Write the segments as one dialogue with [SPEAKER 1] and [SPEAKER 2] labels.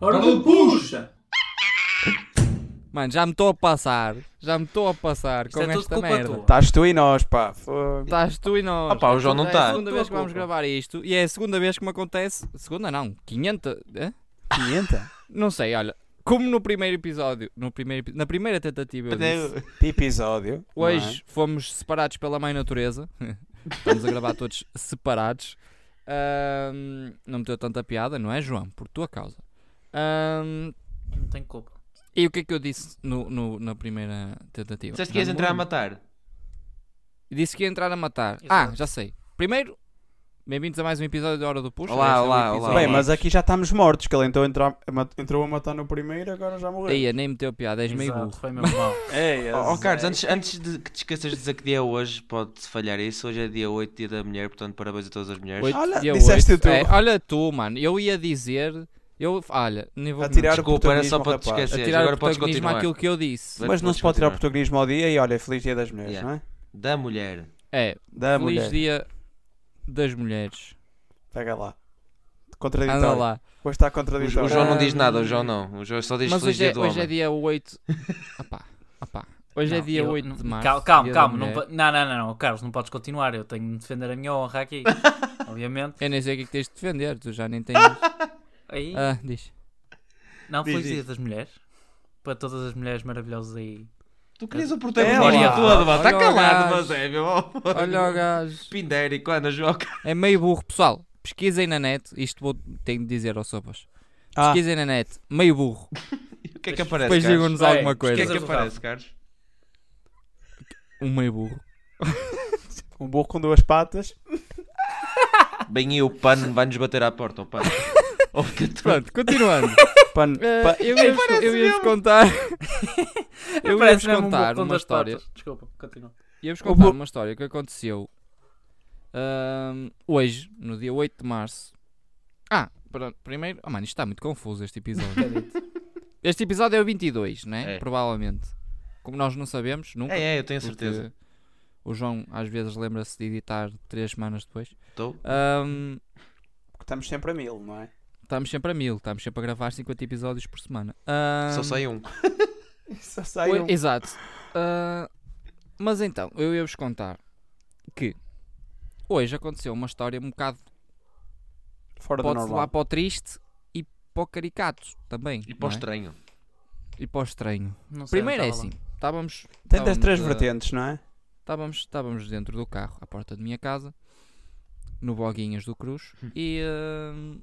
[SPEAKER 1] Arnold, puxa!
[SPEAKER 2] Mano, já me estou a passar. Já me estou a passar
[SPEAKER 3] Isto
[SPEAKER 2] com
[SPEAKER 3] é tudo
[SPEAKER 2] esta
[SPEAKER 3] culpa
[SPEAKER 2] merda.
[SPEAKER 3] tua.
[SPEAKER 4] Estás tu e nós, pá. Fogo.
[SPEAKER 2] Estás tu e nós.
[SPEAKER 3] Ah pá, o João não
[SPEAKER 2] É
[SPEAKER 3] tá.
[SPEAKER 2] a segunda
[SPEAKER 1] Tua
[SPEAKER 2] vez que vamos
[SPEAKER 1] culpa.
[SPEAKER 2] gravar isto e é a segunda vez que me acontece. Segunda não, 500. hã?
[SPEAKER 4] 500?
[SPEAKER 2] Não sei, olha. Como no primeiro episódio, no primeiro, epi- na primeira tentativa, eu disse,
[SPEAKER 4] Episódio. não é?
[SPEAKER 2] hoje fomos separados pela mãe natureza. Estamos a gravar todos separados. Ahm, não me deu tanta piada, não é, João? Por tua causa. Ahm,
[SPEAKER 3] Não tenho culpa.
[SPEAKER 2] e o que é que eu disse no, no- na primeira tentativa?
[SPEAKER 3] Disseste que
[SPEAKER 2] Já
[SPEAKER 3] ias
[SPEAKER 2] não me
[SPEAKER 3] entrar a
[SPEAKER 2] lembro.
[SPEAKER 3] matar.
[SPEAKER 2] Disse que ia entrar a matar. Ah,
[SPEAKER 3] Exato.
[SPEAKER 2] já sei. Primeiro, bem-vindos a mais um episódio da Hora do Puxo.
[SPEAKER 3] Olá,
[SPEAKER 2] Este é o
[SPEAKER 3] olá,
[SPEAKER 2] episódio-
[SPEAKER 3] olá.
[SPEAKER 4] Bem, mas aqui já estamos mortos, que ele então entrou a, mat- entrou a matar no primeiro, agora já morreu.
[SPEAKER 2] Eia, nem meteu piada, és meio burro.
[SPEAKER 3] foi mesmo mal.
[SPEAKER 4] Ei,
[SPEAKER 3] Ó oh, Carlos,
[SPEAKER 4] azar.
[SPEAKER 3] antes, antes de que te esqueças de dizer que dia é hoje, pode falhar isso. Hoje é dia 8, dia da mulher, portanto parabéns a todas as mulheres.
[SPEAKER 2] Oito
[SPEAKER 4] Olha,
[SPEAKER 2] dia
[SPEAKER 4] disseste
[SPEAKER 2] oito.
[SPEAKER 4] tu.
[SPEAKER 2] É, olha tu, mano, eu ia dizer. Eu, olha, nem vou
[SPEAKER 4] A tirar o
[SPEAKER 3] Desculpa, era só
[SPEAKER 4] protagonismo,
[SPEAKER 3] para te
[SPEAKER 4] rapaz.
[SPEAKER 3] esquecer.
[SPEAKER 2] tirar
[SPEAKER 3] Agora
[SPEAKER 2] o
[SPEAKER 3] podes
[SPEAKER 2] protagonismo
[SPEAKER 3] continuar.
[SPEAKER 2] àquilo que é. eu disse.
[SPEAKER 3] Vai-
[SPEAKER 4] Mas não
[SPEAKER 3] podes
[SPEAKER 4] se pode tirar
[SPEAKER 3] continuar.
[SPEAKER 4] protagonismo ao dia e olha, feliz dia das mulheres,
[SPEAKER 3] Yeah.
[SPEAKER 4] não é?
[SPEAKER 3] Da mulher.
[SPEAKER 2] É,
[SPEAKER 4] Da
[SPEAKER 2] feliz
[SPEAKER 4] mulher.
[SPEAKER 2] dia das mulheres.
[SPEAKER 4] Pega lá.
[SPEAKER 2] Anda
[SPEAKER 4] Contraditório.
[SPEAKER 2] lá.
[SPEAKER 4] Hoje está
[SPEAKER 3] O,
[SPEAKER 4] contraditório.
[SPEAKER 3] o João não
[SPEAKER 2] Ah,
[SPEAKER 3] diz nada, o João não. O João só diz
[SPEAKER 2] Mas
[SPEAKER 3] feliz
[SPEAKER 2] hoje
[SPEAKER 3] dia
[SPEAKER 2] é,
[SPEAKER 3] do
[SPEAKER 2] hoje é
[SPEAKER 3] homem.
[SPEAKER 2] dia 8. Opá, opá. Hoje é
[SPEAKER 5] Não,
[SPEAKER 2] dia
[SPEAKER 5] eu-
[SPEAKER 2] 8 de
[SPEAKER 5] não-
[SPEAKER 2] março.
[SPEAKER 5] Calma, calma,
[SPEAKER 2] dia da
[SPEAKER 5] calma. Não,
[SPEAKER 2] mulher.
[SPEAKER 5] po- não, não, não, não, Carlos, não podes continuar. Eu tenho de defender a minha honra aqui. Obviamente.
[SPEAKER 2] Eu nem sei o que é que tens de defender, tu já nem tens.
[SPEAKER 5] Aí,
[SPEAKER 2] ah, diz.
[SPEAKER 5] não,
[SPEAKER 3] diz,
[SPEAKER 5] feliz dia
[SPEAKER 3] diz.
[SPEAKER 5] das mulheres. Para todas as mulheres maravilhosas aí.
[SPEAKER 3] Tu querias o
[SPEAKER 4] É
[SPEAKER 3] protagonismo
[SPEAKER 4] lá.
[SPEAKER 3] todo, mano.
[SPEAKER 2] Olha
[SPEAKER 3] Está
[SPEAKER 2] o
[SPEAKER 3] tá calado,
[SPEAKER 2] gajo.
[SPEAKER 3] mas é, meu.
[SPEAKER 2] Olha o gajo.
[SPEAKER 3] Pindérico, Ana João.
[SPEAKER 2] É meio burro, pessoal. Pesquisem na net, isto vou, tenho de dizer ao Sobas.
[SPEAKER 4] Ah,
[SPEAKER 2] Pesquisem na net, meio burro.
[SPEAKER 3] O que é que aparece,
[SPEAKER 2] Depois
[SPEAKER 3] Carlos?
[SPEAKER 2] digam-nos
[SPEAKER 5] Vai,
[SPEAKER 2] alguma
[SPEAKER 3] O que é
[SPEAKER 2] coisa.
[SPEAKER 3] que
[SPEAKER 5] Pesquisa do
[SPEAKER 3] aparece, Carlos?
[SPEAKER 2] Um meio burro.
[SPEAKER 4] um burro com duas patas.
[SPEAKER 3] Bem, e o pano vai-nos bater à porta, o pano. Oh, que atroz.
[SPEAKER 2] Pronto, continuando.
[SPEAKER 4] Pano,
[SPEAKER 2] Eh,
[SPEAKER 4] pa-
[SPEAKER 2] eu ia-vos eu ia-vos contar. eu ia-vos
[SPEAKER 5] Parece mesmo um
[SPEAKER 2] contar
[SPEAKER 5] botão
[SPEAKER 2] uma
[SPEAKER 5] das
[SPEAKER 2] história.
[SPEAKER 5] patas. Desculpa, continua.
[SPEAKER 2] Ia-vos
[SPEAKER 4] O
[SPEAKER 2] contar
[SPEAKER 4] bo-
[SPEAKER 2] uma história que aconteceu ahm, hoje, no dia 8 de março. Ah, pronto, primeiro. Oh, mano, isto está muito confuso este episódio.
[SPEAKER 5] Acredito.
[SPEAKER 2] este episódio é o 22, né?
[SPEAKER 3] É.
[SPEAKER 2] Provavelmente. Como nós não sabemos, nunca.
[SPEAKER 3] É, é, eu tenho
[SPEAKER 2] porque
[SPEAKER 3] certeza.
[SPEAKER 2] O João às vezes lembra-se de editar 3 semanas depois.
[SPEAKER 3] Estou.
[SPEAKER 2] Ahm,
[SPEAKER 4] porque estamos sempre a mil, não é?
[SPEAKER 2] estamos sempre a mil, estamos sempre a gravar 50 episódios por semana. Ahm,
[SPEAKER 3] Só sai um.
[SPEAKER 4] Só sai
[SPEAKER 2] Oi,
[SPEAKER 4] um.
[SPEAKER 2] Exato. Ah, mas então, eu ia-vos contar que hoje aconteceu uma história um bocado.
[SPEAKER 4] Fora do
[SPEAKER 2] Pode-se levar
[SPEAKER 4] normal.
[SPEAKER 2] para o triste e para o caricato também.
[SPEAKER 3] E para o
[SPEAKER 2] não é?
[SPEAKER 3] estranho.
[SPEAKER 2] E para o estranho.
[SPEAKER 5] Não sei
[SPEAKER 2] Primeiro é
[SPEAKER 5] onde
[SPEAKER 2] assim:
[SPEAKER 5] estava lá.
[SPEAKER 2] estávamos.
[SPEAKER 4] Tem das
[SPEAKER 2] estávamos
[SPEAKER 4] três
[SPEAKER 2] a-
[SPEAKER 4] vertentes, não é?
[SPEAKER 2] Estávamos, estávamos dentro do carro, à porta de minha casa, no Boguinhas do Cruz,
[SPEAKER 3] Hum.
[SPEAKER 2] e, ah,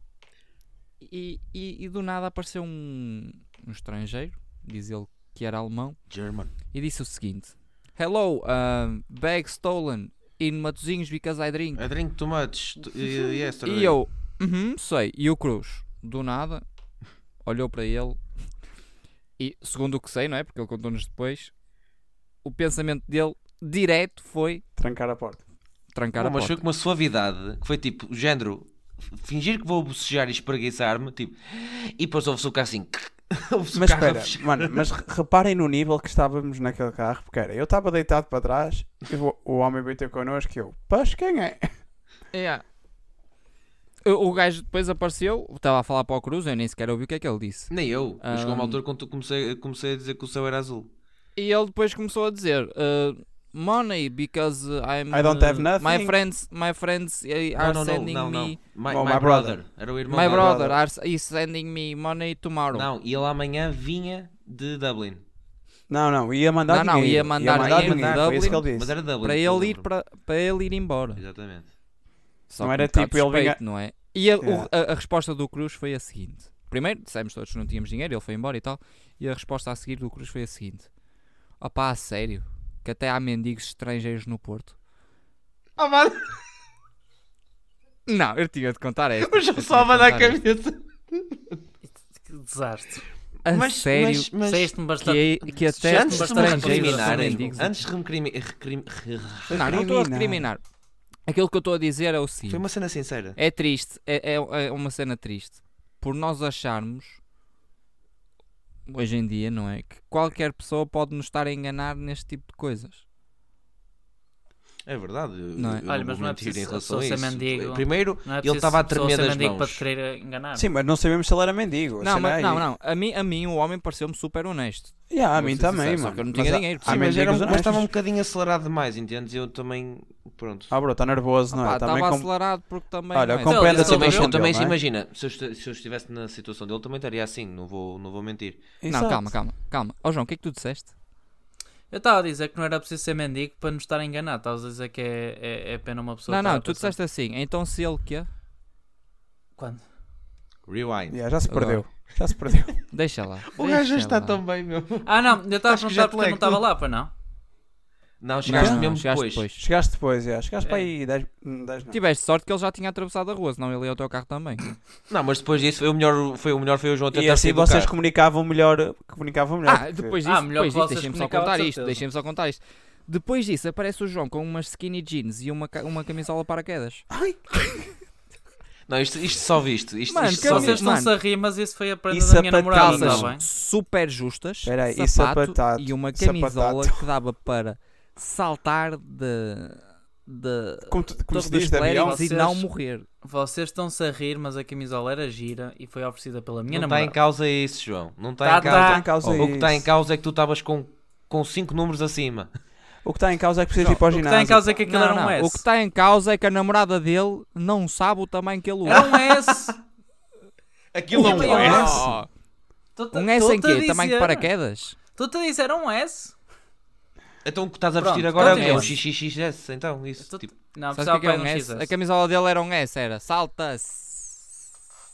[SPEAKER 2] e, e- e do nada apareceu um, um estrangeiro, diz ele que era alemão,
[SPEAKER 3] German.
[SPEAKER 2] e disse o seguinte: Hello, um, bag stolen in Matozinhos because I drink.
[SPEAKER 3] I drink too much. t- e- Yesterday.
[SPEAKER 2] E eu, uhum, sei. E o Cruz, do nada, olhou para ele e, segundo o que sei, não é? Porque ele contou-nos depois, o pensamento dele direto foi
[SPEAKER 4] Trancar a porta.
[SPEAKER 2] trancar
[SPEAKER 3] Bom,
[SPEAKER 2] a
[SPEAKER 3] mas
[SPEAKER 2] porta.
[SPEAKER 3] foi com uma suavidade que foi tipo, o género, fingir que vou bocejar e espreguiçar-me, tipo, e depois ouve-se o carro assim. ouve-se o
[SPEAKER 4] Mas
[SPEAKER 3] carro a
[SPEAKER 4] espera,
[SPEAKER 3] fechar.
[SPEAKER 4] mano, mas re- reparem no nível que estávamos naquele carro, porque era, eu estava deitado para trás, e o, o homem bateu connosco e eu, pás, quem é?
[SPEAKER 2] Yeah. O, o gajo depois apareceu, estava a falar para o Cruz, eu nem sequer ouvi o que é que ele disse.
[SPEAKER 3] Nem eu.
[SPEAKER 2] Ah.
[SPEAKER 3] Chegou uma altura quando tu comecei, comecei a dizer que o céu era azul.
[SPEAKER 2] E ele depois começou a dizer uh, Money because uh, I'm
[SPEAKER 4] I don't
[SPEAKER 2] uh,
[SPEAKER 4] have nothing."
[SPEAKER 2] My friends My friends uh, are
[SPEAKER 3] não, não,
[SPEAKER 2] sending
[SPEAKER 3] não, não.
[SPEAKER 2] me
[SPEAKER 3] My,
[SPEAKER 4] Oh,
[SPEAKER 3] my
[SPEAKER 4] my brother.
[SPEAKER 3] brother. Era o irmão
[SPEAKER 2] My
[SPEAKER 3] dele.
[SPEAKER 2] brother are s- is sending me money tomorrow
[SPEAKER 3] Não, e ele amanhã vinha de Dublin.
[SPEAKER 4] Não, não, ia
[SPEAKER 2] Não,
[SPEAKER 4] mandar
[SPEAKER 2] não,
[SPEAKER 4] dinheiro.
[SPEAKER 2] ia mandar dinheiro
[SPEAKER 4] dinheiro,
[SPEAKER 2] de
[SPEAKER 4] foi isso que
[SPEAKER 2] Dublin,
[SPEAKER 4] ele
[SPEAKER 3] Mas
[SPEAKER 4] disse.
[SPEAKER 3] era Dublin.
[SPEAKER 2] Para
[SPEAKER 3] que eu
[SPEAKER 2] ele ir
[SPEAKER 3] lembro.
[SPEAKER 2] para, para ele ir embora
[SPEAKER 3] Exatamente.
[SPEAKER 2] Só
[SPEAKER 4] Não
[SPEAKER 2] que
[SPEAKER 4] era
[SPEAKER 2] um bocado
[SPEAKER 4] tipo ele vinha-
[SPEAKER 2] suspeito, não é? E a, o-
[SPEAKER 4] Yeah.
[SPEAKER 2] a- a resposta do Cruz foi a seguinte Primeiro dissemos todos que não tínhamos dinheiro Ele foi embora e tal E a resposta a seguir do Cruz foi a seguinte Opá, a sério? Que até há mendigos estrangeiros no Porto
[SPEAKER 3] Ah, mano,
[SPEAKER 2] Não, eu tinha de contar esta
[SPEAKER 3] mas eu
[SPEAKER 2] eu tinha
[SPEAKER 3] só
[SPEAKER 2] de
[SPEAKER 3] vai dar a
[SPEAKER 2] contar esta.
[SPEAKER 3] cabeça.
[SPEAKER 5] Que assim. desastre.
[SPEAKER 2] A
[SPEAKER 3] Mas-
[SPEAKER 2] sério?
[SPEAKER 3] mas- mas-
[SPEAKER 5] Saíste-me bastante.
[SPEAKER 2] que, é, que até é?
[SPEAKER 5] Antes
[SPEAKER 3] Antes de
[SPEAKER 5] de me
[SPEAKER 3] me
[SPEAKER 2] estrangeiros são
[SPEAKER 5] recriminarem,
[SPEAKER 2] mendigos.
[SPEAKER 3] recriminar, tipo, antes de recrimi- recrim- re-
[SPEAKER 2] Não, não estou a recriminar. Aquilo que eu estou a dizer é o
[SPEAKER 3] Foi
[SPEAKER 2] seguinte:
[SPEAKER 3] uma cena sincera.
[SPEAKER 2] é triste, é, é- é uma cena triste. Por nós acharmos, hoje em dia, não é? Que qualquer pessoa pode nos estar a enganar neste tipo de coisas.
[SPEAKER 3] É verdade. eu-
[SPEAKER 2] Não é?
[SPEAKER 3] eu
[SPEAKER 5] Olha, mas
[SPEAKER 3] vou
[SPEAKER 5] não é
[SPEAKER 3] mentir em
[SPEAKER 5] preciso a
[SPEAKER 3] relação a
[SPEAKER 5] pessoa ser
[SPEAKER 3] isso.
[SPEAKER 5] mendigo.
[SPEAKER 3] Primeiro,
[SPEAKER 5] Não é
[SPEAKER 3] ele
[SPEAKER 5] preciso
[SPEAKER 3] estava a
[SPEAKER 5] pessoa
[SPEAKER 3] tremer
[SPEAKER 5] ser
[SPEAKER 3] das
[SPEAKER 5] mendigo
[SPEAKER 3] mãos.
[SPEAKER 5] para te querer enganar.
[SPEAKER 4] Sim, mas não sabemos se ele era mendigo.
[SPEAKER 2] Não,
[SPEAKER 4] a cena
[SPEAKER 2] mas,
[SPEAKER 4] é
[SPEAKER 2] não,
[SPEAKER 4] aí.
[SPEAKER 2] não. A mim, a mim o homem pareceu-me super honesto.
[SPEAKER 4] Yeah, a
[SPEAKER 3] Vou
[SPEAKER 4] mim
[SPEAKER 3] ser
[SPEAKER 4] também,
[SPEAKER 3] sincero,
[SPEAKER 4] mano.
[SPEAKER 2] só que eu não tinha
[SPEAKER 4] há-
[SPEAKER 2] dinheiro,
[SPEAKER 4] Há
[SPEAKER 3] Sim, mas, era um-
[SPEAKER 4] mendigos
[SPEAKER 3] mas estava um
[SPEAKER 4] honestos.
[SPEAKER 3] bocadinho acelerado demais, entendes? Eu também. Pronto.
[SPEAKER 4] Ah, bro, está nervoso, não
[SPEAKER 2] Pá,
[SPEAKER 4] é?
[SPEAKER 2] Estava
[SPEAKER 4] Também com...
[SPEAKER 2] acelerado porque também.
[SPEAKER 4] Olha,
[SPEAKER 2] não é?
[SPEAKER 5] com-
[SPEAKER 4] compreendo
[SPEAKER 5] Ele-
[SPEAKER 4] a
[SPEAKER 5] ele-
[SPEAKER 3] Também,
[SPEAKER 5] Mas
[SPEAKER 4] situação
[SPEAKER 3] eu
[SPEAKER 5] são
[SPEAKER 4] dele,
[SPEAKER 3] também
[SPEAKER 4] não
[SPEAKER 3] se
[SPEAKER 4] é?
[SPEAKER 3] imagina, se eu, esta- se eu estivesse na situação dele, também estaria assim, não vou, não vou mentir.
[SPEAKER 2] Não,
[SPEAKER 4] Exato.
[SPEAKER 2] calma, calma, calma. Ó João, o que é que tu disseste?
[SPEAKER 5] Eu estava a dizer que não era preciso ser mendigo para nos estar a enganar. Estavas a dizer que é, é, é pena uma pessoa.
[SPEAKER 2] Não,
[SPEAKER 5] estar
[SPEAKER 2] não,
[SPEAKER 5] a
[SPEAKER 2] tu
[SPEAKER 5] pensar-
[SPEAKER 2] disseste assim. Então se ele quê?
[SPEAKER 5] Quando?
[SPEAKER 3] Rewind.
[SPEAKER 4] Yeah, já se
[SPEAKER 2] Agora.
[SPEAKER 4] perdeu. Já se perdeu.
[SPEAKER 2] Deixa lá.
[SPEAKER 3] O gajo já
[SPEAKER 2] deixa
[SPEAKER 3] está
[SPEAKER 2] lá.
[SPEAKER 3] tão bem, meu.
[SPEAKER 5] Ah, não, eu estava a
[SPEAKER 3] Acho que
[SPEAKER 5] perguntar
[SPEAKER 3] jet
[SPEAKER 5] porque eu
[SPEAKER 3] lag,
[SPEAKER 5] não estava
[SPEAKER 3] tu.
[SPEAKER 5] lá, pois não?
[SPEAKER 3] Não, chegaste
[SPEAKER 2] Não,
[SPEAKER 3] mesmo
[SPEAKER 2] não, chegaste
[SPEAKER 3] depois.
[SPEAKER 2] depois.
[SPEAKER 4] Chegaste depois, já. Chegaste
[SPEAKER 2] É.
[SPEAKER 4] para aí 10 não.
[SPEAKER 2] Tiveste sorte que ele já tinha atravessado a rua, senão ele ia ao teu carro também.
[SPEAKER 3] Não, mas depois disso foi o melhor, foi o melhor, foi o João
[SPEAKER 4] E
[SPEAKER 3] tentar
[SPEAKER 4] assim
[SPEAKER 3] sair do
[SPEAKER 4] vocês
[SPEAKER 3] carro.
[SPEAKER 4] comunicavam melhor. Comunicavam melhor.
[SPEAKER 2] Ah,
[SPEAKER 4] porque-
[SPEAKER 2] depois
[SPEAKER 5] Ah,
[SPEAKER 2] disso,
[SPEAKER 5] melhor
[SPEAKER 2] depois
[SPEAKER 5] que
[SPEAKER 2] disso
[SPEAKER 5] vocês
[SPEAKER 2] deixem-me só
[SPEAKER 5] comunicavam,
[SPEAKER 2] contar
[SPEAKER 5] de
[SPEAKER 2] isto,
[SPEAKER 5] certeza.
[SPEAKER 2] deixem-me só contar isto. Depois disso aparece o João com umas skinny jeans e uma, ca- uma camisola paraquedas.
[SPEAKER 3] Não, isto, isto só visto. Isto,
[SPEAKER 2] Mano,
[SPEAKER 3] isto
[SPEAKER 2] que
[SPEAKER 3] só
[SPEAKER 2] eu-
[SPEAKER 5] Vocês
[SPEAKER 3] visto.
[SPEAKER 2] mano.
[SPEAKER 5] estão-se a rir, mas isso foi a prenda
[SPEAKER 4] E
[SPEAKER 3] é
[SPEAKER 5] da minha namorada,
[SPEAKER 4] sapatilhas.
[SPEAKER 5] está bem?
[SPEAKER 2] Calças super justas,
[SPEAKER 4] Espera aí, e
[SPEAKER 2] sapato
[SPEAKER 4] sapatato?
[SPEAKER 2] e uma
[SPEAKER 4] Sapatato.
[SPEAKER 2] camisola que dava para saltar de... de
[SPEAKER 4] Como, tu- como
[SPEAKER 2] todos
[SPEAKER 4] se diz
[SPEAKER 2] os
[SPEAKER 4] de avião.
[SPEAKER 2] clérigos e
[SPEAKER 5] vocês-
[SPEAKER 2] não morrer.
[SPEAKER 5] Vocês estão-se a rir, mas a camisola era gira e foi oferecida pela minha
[SPEAKER 3] Não está em
[SPEAKER 5] namorada.
[SPEAKER 3] causa isso, João. Não está
[SPEAKER 5] Tá,
[SPEAKER 3] em
[SPEAKER 5] tá.
[SPEAKER 3] causa.
[SPEAKER 4] Em causa
[SPEAKER 3] O que está em
[SPEAKER 4] isso.
[SPEAKER 3] causa é que tu estavas com, com cinco números acima.
[SPEAKER 4] O que está em causa é que precisas ir para o
[SPEAKER 5] o que
[SPEAKER 4] ginásio.
[SPEAKER 5] está em causa é que aquilo
[SPEAKER 2] Não,
[SPEAKER 5] era um
[SPEAKER 2] não,
[SPEAKER 5] S.
[SPEAKER 2] O que está em causa é que a namorada dele não sabe o tamanho que ele usa.
[SPEAKER 5] Era um S!
[SPEAKER 3] Aquilo
[SPEAKER 5] é um S? Tô-te-
[SPEAKER 2] Um S em
[SPEAKER 5] tô-te a
[SPEAKER 2] quê? Tamanho de
[SPEAKER 5] dizer-
[SPEAKER 2] paraquedas?
[SPEAKER 5] Estou-te a dizer, era um S?
[SPEAKER 3] Então o que estás a vestir
[SPEAKER 5] Pronto,
[SPEAKER 3] agora
[SPEAKER 5] continua.
[SPEAKER 3] é um XXXS, então, isso.
[SPEAKER 5] Tô-te-
[SPEAKER 3] Tipo,
[SPEAKER 5] Não,
[SPEAKER 2] Sabes o
[SPEAKER 5] precisava
[SPEAKER 2] que é que
[SPEAKER 5] pegar
[SPEAKER 2] é um
[SPEAKER 5] um
[SPEAKER 2] S? A
[SPEAKER 5] XS.
[SPEAKER 2] camisola dele era um S, era salta-se.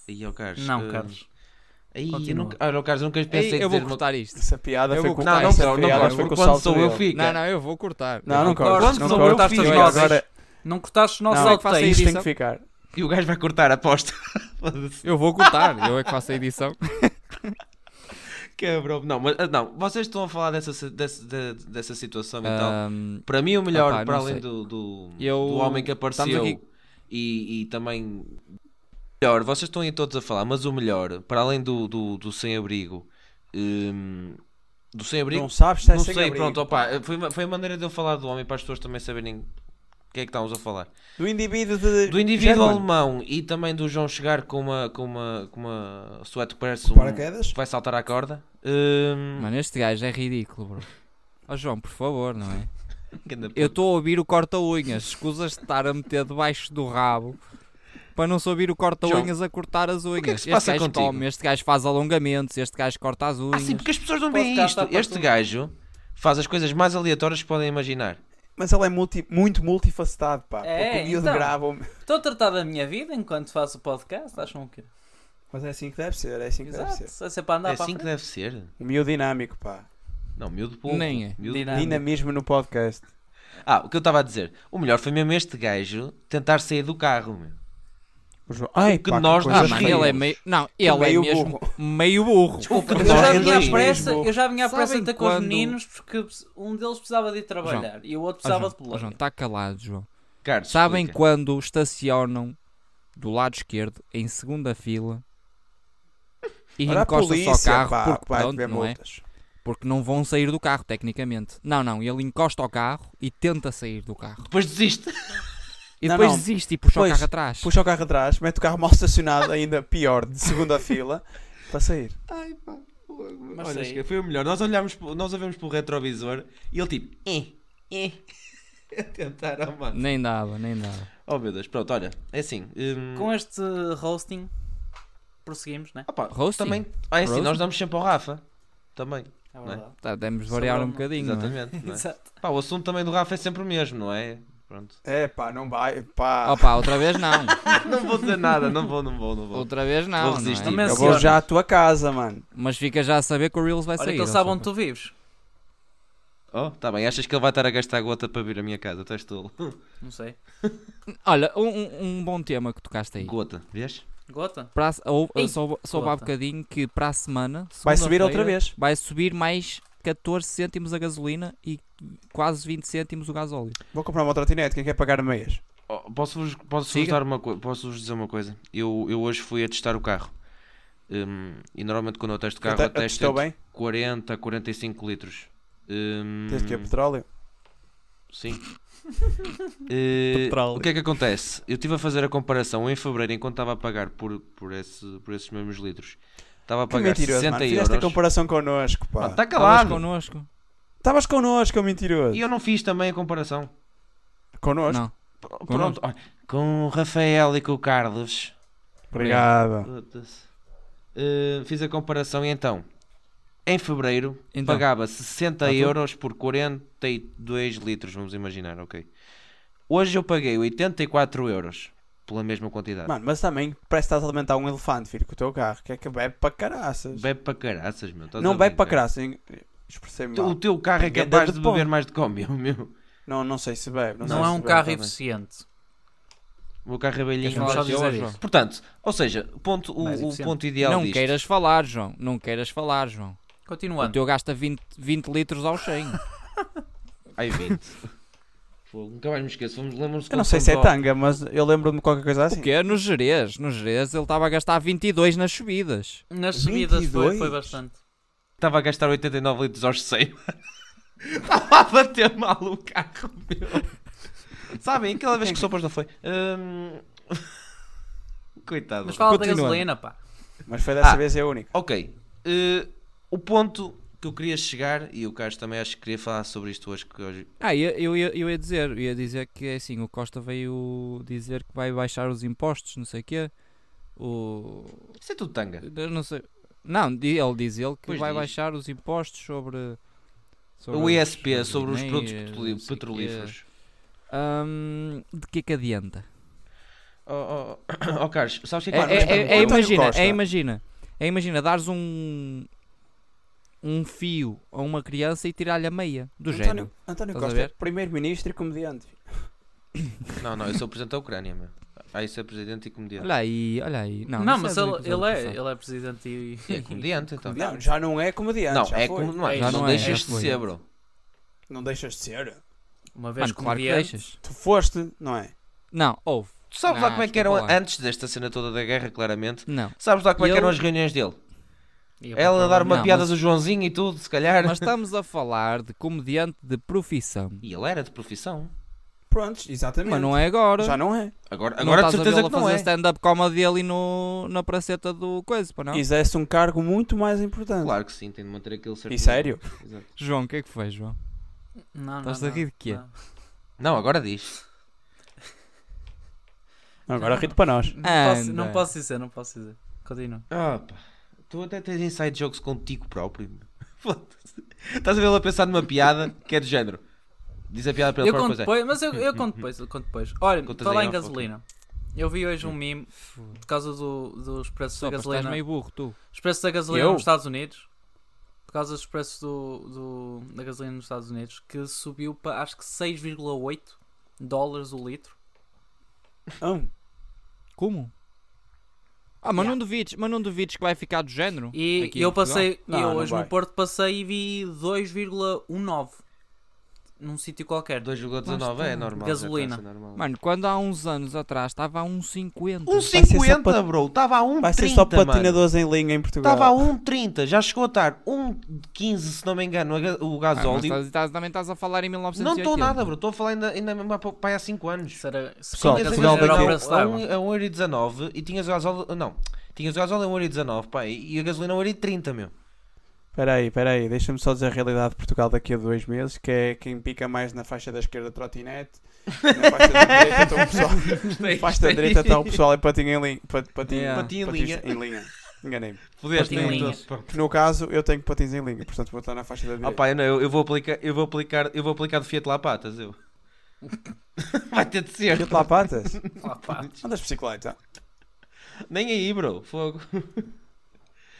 [SPEAKER 3] aí, ó, Carlos.
[SPEAKER 5] Não,
[SPEAKER 3] eh,
[SPEAKER 5] Carlos.
[SPEAKER 3] Aí, eu
[SPEAKER 5] Continua.
[SPEAKER 3] nunca, olha, o Carlos nunca
[SPEAKER 2] Ei,
[SPEAKER 3] pensei em
[SPEAKER 2] eu vou
[SPEAKER 3] dizer uma-
[SPEAKER 2] cortar isto.
[SPEAKER 4] Essa piada
[SPEAKER 2] Eu
[SPEAKER 4] foi
[SPEAKER 2] vou
[SPEAKER 4] com
[SPEAKER 2] cortar
[SPEAKER 3] Não, não,
[SPEAKER 2] isto,
[SPEAKER 4] essa
[SPEAKER 3] não, não,
[SPEAKER 4] é piada
[SPEAKER 3] Carlos,
[SPEAKER 4] foi
[SPEAKER 3] porque
[SPEAKER 4] com o
[SPEAKER 3] quando
[SPEAKER 4] salto
[SPEAKER 3] sou eu
[SPEAKER 4] dele.
[SPEAKER 3] fica.
[SPEAKER 2] Não, não, eu vou cortar.
[SPEAKER 4] Não, não
[SPEAKER 2] Eu vou cortar.
[SPEAKER 4] cortes.
[SPEAKER 5] Quando sou
[SPEAKER 4] Não
[SPEAKER 5] eu,
[SPEAKER 4] cortes.
[SPEAKER 5] cortaste
[SPEAKER 4] Eu
[SPEAKER 5] as
[SPEAKER 4] Agora
[SPEAKER 5] Não cortaste os nossos
[SPEAKER 4] Não,
[SPEAKER 2] é que faça
[SPEAKER 5] outtakes.
[SPEAKER 4] isto tem que
[SPEAKER 2] edição.
[SPEAKER 4] ficar.
[SPEAKER 3] E o gajo vai cortar, aposta. Foda-se.
[SPEAKER 2] Eu vou cortar, eu é que faço a edição.
[SPEAKER 3] Quebrou. Não, mas ah, não, vocês estão a falar dessa, si- desse- de- dessa situação e tal.
[SPEAKER 2] Ahm,
[SPEAKER 3] Para mim, o melhor,
[SPEAKER 2] Ah pá,
[SPEAKER 3] para
[SPEAKER 2] não
[SPEAKER 3] além
[SPEAKER 2] sei.
[SPEAKER 3] do, do,
[SPEAKER 2] Eu-
[SPEAKER 3] do homem que
[SPEAKER 2] estamos
[SPEAKER 3] apareceu
[SPEAKER 2] aqui-
[SPEAKER 3] e, e também. Melhor, vocês estão aí todos a falar, mas o melhor, para além do, do, do sem-abrigo. hum, do sem-abrigo.
[SPEAKER 4] Não sabes se é
[SPEAKER 3] Não
[SPEAKER 4] sem
[SPEAKER 3] sei,
[SPEAKER 4] abrigo.
[SPEAKER 3] pronto, opá, foi, uma- foi a maneira de eu falar do homem para as pessoas também saberem o que é que estávamos a falar.
[SPEAKER 4] Do indivíduo de.
[SPEAKER 3] Do indivíduo
[SPEAKER 4] German.
[SPEAKER 3] alemão e também do João chegar com uma, com uma, com uma suéte que parece um,
[SPEAKER 4] Paraquedas?
[SPEAKER 3] que vai saltar à corda. Hum,
[SPEAKER 2] Mano, este gajo é ridículo, bro. Ó João, por favor, não é?
[SPEAKER 3] que anda
[SPEAKER 2] Eu
[SPEAKER 3] puto.
[SPEAKER 2] estou a ouvir o corta-unhas. Escusas de estar a meter debaixo do rabo para não se ouvir o corta-unhas a cortar as unhas.
[SPEAKER 3] que é que se
[SPEAKER 2] este
[SPEAKER 3] passa
[SPEAKER 2] gajo
[SPEAKER 3] contigo?
[SPEAKER 2] come, este gajo faz alongamentos, este gajo corta as
[SPEAKER 3] Ah,
[SPEAKER 2] unhas.
[SPEAKER 3] sim, porque as pessoas não veem
[SPEAKER 5] Podcast
[SPEAKER 3] isto.
[SPEAKER 5] dá
[SPEAKER 2] tá
[SPEAKER 5] para
[SPEAKER 3] Este
[SPEAKER 5] tudo.
[SPEAKER 3] gajo faz as coisas mais aleatórias que podem imaginar.
[SPEAKER 4] Mas ele é multi- muito multifacetado, pá.
[SPEAKER 5] É,
[SPEAKER 4] Porque o miúdo
[SPEAKER 5] então.
[SPEAKER 4] grava. o-
[SPEAKER 5] Estou a tratar da minha vida enquanto faço o podcast, acham que...
[SPEAKER 4] Mas é assim que deve ser, é assim que
[SPEAKER 5] Exato,
[SPEAKER 4] deve ser.
[SPEAKER 5] se é sempre para andar
[SPEAKER 3] é
[SPEAKER 5] para a
[SPEAKER 3] assim que
[SPEAKER 5] frente.
[SPEAKER 3] deve ser.
[SPEAKER 4] O miúdo dinâmico, pá.
[SPEAKER 3] Não, miúdo pouco.
[SPEAKER 2] Nem é.
[SPEAKER 3] Miúdo-
[SPEAKER 5] Dinâmico.
[SPEAKER 4] Dinamismo no podcast.
[SPEAKER 3] Ah, o que eu estava a dizer. O melhor foi mesmo este gajo tentar sair do carro. Meu.
[SPEAKER 4] O João- Ai,
[SPEAKER 3] que
[SPEAKER 4] pá,
[SPEAKER 3] nós
[SPEAKER 4] coisa
[SPEAKER 2] Ah,
[SPEAKER 3] nos
[SPEAKER 2] mano,
[SPEAKER 4] horrível.
[SPEAKER 2] ele é meio. Não, ele
[SPEAKER 4] meio
[SPEAKER 2] é mesmo
[SPEAKER 4] burro.
[SPEAKER 2] meio burro.
[SPEAKER 3] Desculpa,
[SPEAKER 5] Eu
[SPEAKER 4] Nós
[SPEAKER 5] já,
[SPEAKER 4] ainda
[SPEAKER 5] vinha à
[SPEAKER 4] em
[SPEAKER 5] pressa,
[SPEAKER 4] Lisboa.
[SPEAKER 5] eu já vinha à pressa
[SPEAKER 2] Sabem
[SPEAKER 5] até com os
[SPEAKER 2] quando-
[SPEAKER 5] meninos porque um deles precisava de ir trabalhar e o outro
[SPEAKER 2] Ó, João,
[SPEAKER 5] precisava de
[SPEAKER 2] ó, João,
[SPEAKER 5] pular.
[SPEAKER 2] está calado, João.
[SPEAKER 3] Carlos,
[SPEAKER 2] Sabem
[SPEAKER 3] explica.
[SPEAKER 2] quando estacionam do lado esquerdo, em segunda fila, e
[SPEAKER 4] Ora, a
[SPEAKER 2] encostam só
[SPEAKER 4] polícia,
[SPEAKER 2] ao carro
[SPEAKER 4] pá,
[SPEAKER 2] porque,
[SPEAKER 4] vai
[SPEAKER 2] pronto,
[SPEAKER 4] ver
[SPEAKER 2] não é?
[SPEAKER 4] multas.
[SPEAKER 2] porque não vão sair do carro, tecnicamente. Não, não, ele encosta ao carro e tenta sair do carro.
[SPEAKER 3] Depois desiste.
[SPEAKER 2] E
[SPEAKER 4] Não,
[SPEAKER 2] depois
[SPEAKER 4] não.
[SPEAKER 2] desiste e puxa
[SPEAKER 4] Pois,
[SPEAKER 2] o carro atrás.
[SPEAKER 4] Puxa o carro atrás, mete o carro mal estacionado, ainda pior, de segunda fila, para sair.
[SPEAKER 3] Ai pá. Mas
[SPEAKER 5] Mas
[SPEAKER 2] é
[SPEAKER 5] sei.
[SPEAKER 3] Olha, chega, foi o melhor. Nós olhámos, pro- nós olhamos para o retrovisor e ele tipo, eh, eh. A tentar, oh, mano.
[SPEAKER 2] Nem dava, nem dava.
[SPEAKER 3] Oh meu Deus, pronto, olha, é assim. Hum,
[SPEAKER 5] Com este roasting, prosseguimos, né?
[SPEAKER 3] ah, pá,
[SPEAKER 2] Roasting?
[SPEAKER 3] também. Ah, é assim,
[SPEAKER 2] Roasting?
[SPEAKER 3] nós damos sempre ao Rafa. Também,
[SPEAKER 5] É
[SPEAKER 3] Não é?
[SPEAKER 5] verdade.
[SPEAKER 2] Tá, temos de variar
[SPEAKER 5] Sobre
[SPEAKER 2] um
[SPEAKER 5] o-
[SPEAKER 2] bocadinho. não é?
[SPEAKER 3] exatamente. não é?
[SPEAKER 5] Exato.
[SPEAKER 3] Pá, o assunto também do Rafa é sempre o mesmo, não é? Pronto.
[SPEAKER 4] É, pá, não vai, pá.
[SPEAKER 2] Ah. Opa, outra vez não.
[SPEAKER 3] não vou dizer nada, não vou, não vou, não vou.
[SPEAKER 2] Outra vez não. não é?
[SPEAKER 3] resistir.
[SPEAKER 4] Eu
[SPEAKER 5] Também-
[SPEAKER 4] vou já à tua casa, mano.
[SPEAKER 2] Mas fica já a saber que o Reels vai
[SPEAKER 5] Olha
[SPEAKER 2] sair.
[SPEAKER 5] que
[SPEAKER 2] ou
[SPEAKER 5] eles sabem
[SPEAKER 2] seja,
[SPEAKER 5] onde tu vives.
[SPEAKER 3] Oh, tá bem, achas que ele vai estar a gastar gota para vir à minha casa? Estás tolo.
[SPEAKER 5] Não sei.
[SPEAKER 2] Olha, um, um- um bom tema que tocaste aí.
[SPEAKER 3] Gota, vês?
[SPEAKER 5] Gota?
[SPEAKER 2] Para a, se- ou,
[SPEAKER 5] Ei,
[SPEAKER 2] soube, soube há
[SPEAKER 5] gota.
[SPEAKER 2] bocadinho que para a semana
[SPEAKER 4] Vai subir outra
[SPEAKER 2] segunda-feira,
[SPEAKER 4] vez.
[SPEAKER 2] Vai subir mais 14 cêntimos a gasolina e quase 20 cêntimos o gasóleo.
[SPEAKER 4] Vou comprar uma trotinete, quem quer é pagar meias?
[SPEAKER 3] Oh, Posso-vos posso
[SPEAKER 2] Siga.
[SPEAKER 3] dar uma coi- posso-vos dizer uma coisa? Eu, eu hoje fui a testar o carro. Hum, e normalmente quando eu testo o carro,
[SPEAKER 4] Até-
[SPEAKER 3] eu testo
[SPEAKER 4] Estou bem?
[SPEAKER 3] entre 40 a 45 litros. Hum,
[SPEAKER 4] Tens é que ir petróleo?
[SPEAKER 3] Sim. Eh,
[SPEAKER 2] Petróleo.
[SPEAKER 3] o que é que acontece? Eu estive a fazer a comparação em fevereiro, enquanto estava a pagar por, por, esse- por esses mesmos litros, estava a
[SPEAKER 4] Que
[SPEAKER 3] pagar
[SPEAKER 4] mentiroso,
[SPEAKER 3] 60
[SPEAKER 4] mano. Fizeste a
[SPEAKER 3] euros.
[SPEAKER 4] comparação connosco,
[SPEAKER 3] Ah,
[SPEAKER 4] pá.
[SPEAKER 3] Está
[SPEAKER 2] Falas
[SPEAKER 3] calado!
[SPEAKER 2] connosco?
[SPEAKER 4] Estavas connosco, ô mentiroso.
[SPEAKER 3] E eu não fiz também a comparação.
[SPEAKER 4] Connosco?
[SPEAKER 2] Não.
[SPEAKER 3] P- Pronto, olha, com o Rafael e com o Carlos.
[SPEAKER 4] Obrigado.
[SPEAKER 3] Puta-se. Eh, fiz a comparação e então, em fevereiro,
[SPEAKER 2] Então,
[SPEAKER 3] pagava
[SPEAKER 2] Tá
[SPEAKER 3] 60
[SPEAKER 2] tudo?
[SPEAKER 3] euros por 42 litros, vamos imaginar, ok. Hoje eu paguei 84 euros pela mesma quantidade.
[SPEAKER 4] Mano, mas também parece que estás a alimentar um elefante, filho, com o teu carro, que é que bebe para caraças.
[SPEAKER 3] Bebe para caraças, meu. estás
[SPEAKER 4] não
[SPEAKER 3] a é.
[SPEAKER 4] bebe para
[SPEAKER 3] brincar.
[SPEAKER 4] caraças, hein? expressei-me
[SPEAKER 3] O
[SPEAKER 4] mal.
[SPEAKER 3] teu carro é
[SPEAKER 4] Ganda
[SPEAKER 3] capaz
[SPEAKER 4] de
[SPEAKER 3] de
[SPEAKER 4] pão.
[SPEAKER 3] beber mais de come, meu.
[SPEAKER 4] Não, não sei se bebe. Não,
[SPEAKER 5] Não,
[SPEAKER 4] sei
[SPEAKER 5] é
[SPEAKER 4] se
[SPEAKER 5] um
[SPEAKER 4] bebe.
[SPEAKER 5] carro
[SPEAKER 3] bem.
[SPEAKER 5] eficiente.
[SPEAKER 3] O meu carro é
[SPEAKER 5] Queres
[SPEAKER 3] velhinho.
[SPEAKER 5] falar
[SPEAKER 3] mas-
[SPEAKER 5] só dizer
[SPEAKER 2] João.
[SPEAKER 5] isso?
[SPEAKER 3] Portanto, ou seja, o ponto, o,
[SPEAKER 5] Mais
[SPEAKER 3] o
[SPEAKER 5] eficiente.
[SPEAKER 3] ponto ideal
[SPEAKER 2] Não
[SPEAKER 3] disto-
[SPEAKER 2] queiras falar, João. Não queiras falar, João. O
[SPEAKER 5] Continuando.
[SPEAKER 2] teu gasta 20, 20 litros ao 100.
[SPEAKER 3] Ai, 20. Fogo, Nunca mais me esqueço. Vamos- Lembram-se
[SPEAKER 4] Eu
[SPEAKER 2] Um
[SPEAKER 3] quando
[SPEAKER 4] não sei
[SPEAKER 3] fomos
[SPEAKER 4] se é
[SPEAKER 3] ao-
[SPEAKER 4] tanga, mas eu lembro-me de qualquer coisa assim.
[SPEAKER 2] Porque é no Jerez, no Jerez ele estava a gastar 22 nas subidas.
[SPEAKER 5] Nas subidas foi,
[SPEAKER 4] 22?
[SPEAKER 5] foi bastante.
[SPEAKER 3] Estava a gastar 89 litros aos 100. Estava a bater mal o carro, meu. Sabem, aquela
[SPEAKER 4] é
[SPEAKER 3] vez que sopas não foi. Hum... Coitado.
[SPEAKER 5] Mas fala da
[SPEAKER 4] Continuando.
[SPEAKER 5] gasolina, pá.
[SPEAKER 4] Mas foi dessa
[SPEAKER 3] Ah.
[SPEAKER 4] vez a única.
[SPEAKER 3] Ok. eh, o ponto que eu queria chegar, e o Carlos também acho que queria falar sobre isto hoje, que hoje
[SPEAKER 2] Ah, eu, eu, ia- eu ia dizer, eu ia dizer que é assim, o Costa veio dizer que vai baixar os impostos, não sei o quê. O.
[SPEAKER 3] Isso é tudo tanga.
[SPEAKER 2] eu Não sei. Não, di- ele diz ele que
[SPEAKER 3] Pois
[SPEAKER 2] vai
[SPEAKER 3] diz.
[SPEAKER 2] baixar os impostos sobre. sobre
[SPEAKER 3] O
[SPEAKER 2] as-
[SPEAKER 3] ISP, sobre os
[SPEAKER 2] as
[SPEAKER 3] produtos
[SPEAKER 2] mineiras,
[SPEAKER 3] petroli-
[SPEAKER 2] não sei o quê.
[SPEAKER 3] petrolíferos.
[SPEAKER 2] Hum, de que é que adianta?
[SPEAKER 3] Oh, oh, oh, Carlos, sabes o que
[SPEAKER 2] É,
[SPEAKER 3] é que
[SPEAKER 2] é-
[SPEAKER 4] espera,
[SPEAKER 2] é-
[SPEAKER 4] o
[SPEAKER 2] é
[SPEAKER 4] António
[SPEAKER 2] imagina,
[SPEAKER 4] Costa.
[SPEAKER 2] é imagina, é imagina, dares um um fio a uma criança e tirar-lhe a meia do género.
[SPEAKER 4] António, António
[SPEAKER 2] Estás a
[SPEAKER 4] Costa,
[SPEAKER 2] ver? Então,
[SPEAKER 4] primeiro-ministro e comediante.
[SPEAKER 3] Não, não, eu sou presidente da Ucrânia, meu. Ah, isso é presidente e comediante.
[SPEAKER 2] Olha aí, olha aí. Não,
[SPEAKER 5] Não,
[SPEAKER 2] isso
[SPEAKER 5] mas
[SPEAKER 2] é do
[SPEAKER 5] ele,
[SPEAKER 2] episódio
[SPEAKER 5] ele, é,
[SPEAKER 2] passado.
[SPEAKER 5] ele é presidente e.
[SPEAKER 3] É comediante, então.
[SPEAKER 4] Não, já não é comediante.
[SPEAKER 3] Não,
[SPEAKER 4] já
[SPEAKER 3] é
[SPEAKER 4] foi.
[SPEAKER 3] como não, é,
[SPEAKER 5] Já
[SPEAKER 3] não,
[SPEAKER 2] não é,
[SPEAKER 3] deixas
[SPEAKER 2] já
[SPEAKER 3] de
[SPEAKER 2] foi.
[SPEAKER 3] ser, bro.
[SPEAKER 4] Não deixas de ser.
[SPEAKER 5] Uma vez
[SPEAKER 2] Mano, claro que
[SPEAKER 5] comediante.
[SPEAKER 2] deixas.
[SPEAKER 4] Tu foste, não é?
[SPEAKER 2] Não, houve.
[SPEAKER 3] Tu sabes
[SPEAKER 2] Não,
[SPEAKER 3] lá como é que
[SPEAKER 2] desculpa
[SPEAKER 3] eram
[SPEAKER 2] lá.
[SPEAKER 3] antes desta cena toda da guerra, claramente.
[SPEAKER 2] Não.
[SPEAKER 3] Sabes lá como é que
[SPEAKER 2] Ele-
[SPEAKER 3] eram as reuniões dele?
[SPEAKER 5] E eu vou
[SPEAKER 3] Ela a dar
[SPEAKER 5] provar-
[SPEAKER 3] uma
[SPEAKER 2] Não,
[SPEAKER 3] piada
[SPEAKER 2] mas-
[SPEAKER 3] do Joãozinho e tudo, se calhar.
[SPEAKER 2] Mas estamos a falar de comediante de profissão.
[SPEAKER 3] E ele era de profissão.
[SPEAKER 4] Prontos, exatamente.
[SPEAKER 2] Mas não é agora.
[SPEAKER 4] Já não é.
[SPEAKER 3] Agora,
[SPEAKER 2] Não
[SPEAKER 3] agora de
[SPEAKER 2] estás a
[SPEAKER 3] certeza
[SPEAKER 2] vê-lo
[SPEAKER 3] que
[SPEAKER 2] a
[SPEAKER 3] não
[SPEAKER 2] fazer
[SPEAKER 3] é.
[SPEAKER 2] stand-up comedy ali no, na praceta do coisa, para não?
[SPEAKER 4] Exerce um cargo muito mais importante.
[SPEAKER 3] Claro que sim, tem de manter aquele certo.
[SPEAKER 4] E sério?
[SPEAKER 3] Exato.
[SPEAKER 2] João, o que é que foi, João?
[SPEAKER 5] Não, não,
[SPEAKER 2] Estás a
[SPEAKER 5] não,
[SPEAKER 2] rir de quê?
[SPEAKER 5] não.
[SPEAKER 3] Não, agora diz.
[SPEAKER 4] Agora rito para nós.
[SPEAKER 5] Não posso, não
[SPEAKER 2] Anda.
[SPEAKER 5] posso dizer, não posso dizer. Continua.
[SPEAKER 3] Ah, pá. Tu até tens inside jokes contigo próprio. meu. Foda-se. Estás a vê-lo a pensar numa piada que é do género. Diz a piada para ele
[SPEAKER 5] Eu
[SPEAKER 3] próprio.
[SPEAKER 5] conto
[SPEAKER 3] pois é.
[SPEAKER 5] depois, mas eu, eu conto depois, eu conto depois. Olha,
[SPEAKER 3] Contas
[SPEAKER 5] falar
[SPEAKER 3] aí,
[SPEAKER 5] em
[SPEAKER 3] ó,
[SPEAKER 5] gasolina. Eu vi hoje um meme por causa do- dos preços
[SPEAKER 2] Só
[SPEAKER 5] da
[SPEAKER 2] estás
[SPEAKER 5] gasolina.
[SPEAKER 2] meio burro, tu.
[SPEAKER 5] Os preços da gasolina
[SPEAKER 2] Eu?
[SPEAKER 5] nos Estados Unidos. Por causa dos preços do, do- da gasolina nos Estados Unidos, que subiu para acho que 6,8 dólares o litro.
[SPEAKER 4] Hum,
[SPEAKER 2] Como? Ah, mas não duvides, mas não duvides que vai ficar do género.
[SPEAKER 5] E
[SPEAKER 2] aqui em
[SPEAKER 5] eu
[SPEAKER 2] Portugal.
[SPEAKER 5] passei,
[SPEAKER 4] Não,
[SPEAKER 5] eu
[SPEAKER 4] não
[SPEAKER 5] hoje
[SPEAKER 4] vai.
[SPEAKER 5] no Porto passei e vi 2,19 num sítio qualquer.
[SPEAKER 3] 2,19 é normal. já está a ser
[SPEAKER 5] Gasolina.
[SPEAKER 3] normal.
[SPEAKER 2] Mano, quando há uns anos atrás estava a 1,50.
[SPEAKER 4] ser só
[SPEAKER 3] 1,50,
[SPEAKER 4] pat-
[SPEAKER 3] bro. Estava a 1,30.
[SPEAKER 4] vai ser só
[SPEAKER 3] mano.
[SPEAKER 4] patinadores em linha em Portugal.
[SPEAKER 3] Estava a 1,30, já chegou a estar 1,15 se não me engano a ga- o
[SPEAKER 2] Ah, mas
[SPEAKER 5] tá
[SPEAKER 3] gasóleo.
[SPEAKER 2] estás- estás- também estás a falar em 1980.
[SPEAKER 3] não estou nada, bro, estou a falar ainda, ainda mesmo há pouco- pá, há 5 anos.
[SPEAKER 5] Será, se
[SPEAKER 4] Pessoal,
[SPEAKER 5] a
[SPEAKER 4] Portugal
[SPEAKER 5] gasolina
[SPEAKER 4] daqui
[SPEAKER 5] era o
[SPEAKER 4] a-
[SPEAKER 5] preço
[SPEAKER 3] a
[SPEAKER 5] da água.
[SPEAKER 3] um- a 1,19€ e tinhas o gasóleo, não, tinhas o gasóleo a 1,19€, pá, e e a gasolina a 1,30€, meu.
[SPEAKER 4] Espera aí, espera aí. Deixa-me só dizer a realidade de Portugal daqui a dois meses, que é quem pica mais na faixa da esquerda trotinete, na faixa da direita está o pessoal... Na faixa da direita está o pessoal em patinho em linha. Pat, patinho,
[SPEAKER 2] Yeah.
[SPEAKER 3] Patinho em
[SPEAKER 4] patins
[SPEAKER 3] linha.
[SPEAKER 4] em linha. Enganei-me.
[SPEAKER 3] Pudeste,
[SPEAKER 5] Patinho
[SPEAKER 3] não,
[SPEAKER 5] em linha.
[SPEAKER 3] todo.
[SPEAKER 4] Que no caso, eu tenho patins em linha, portanto vou estar na faixa da direita.
[SPEAKER 3] Ah, pá, eu não, eu, eu vou aplicar, eu vou aplicar, eu vou aplicar do Fiat lá patas, eu. Vai ter de ser.
[SPEAKER 4] Fiat lá patas?
[SPEAKER 5] Ah, pá.
[SPEAKER 4] Andas de bicicleta?
[SPEAKER 3] Nem aí, bro, fogo.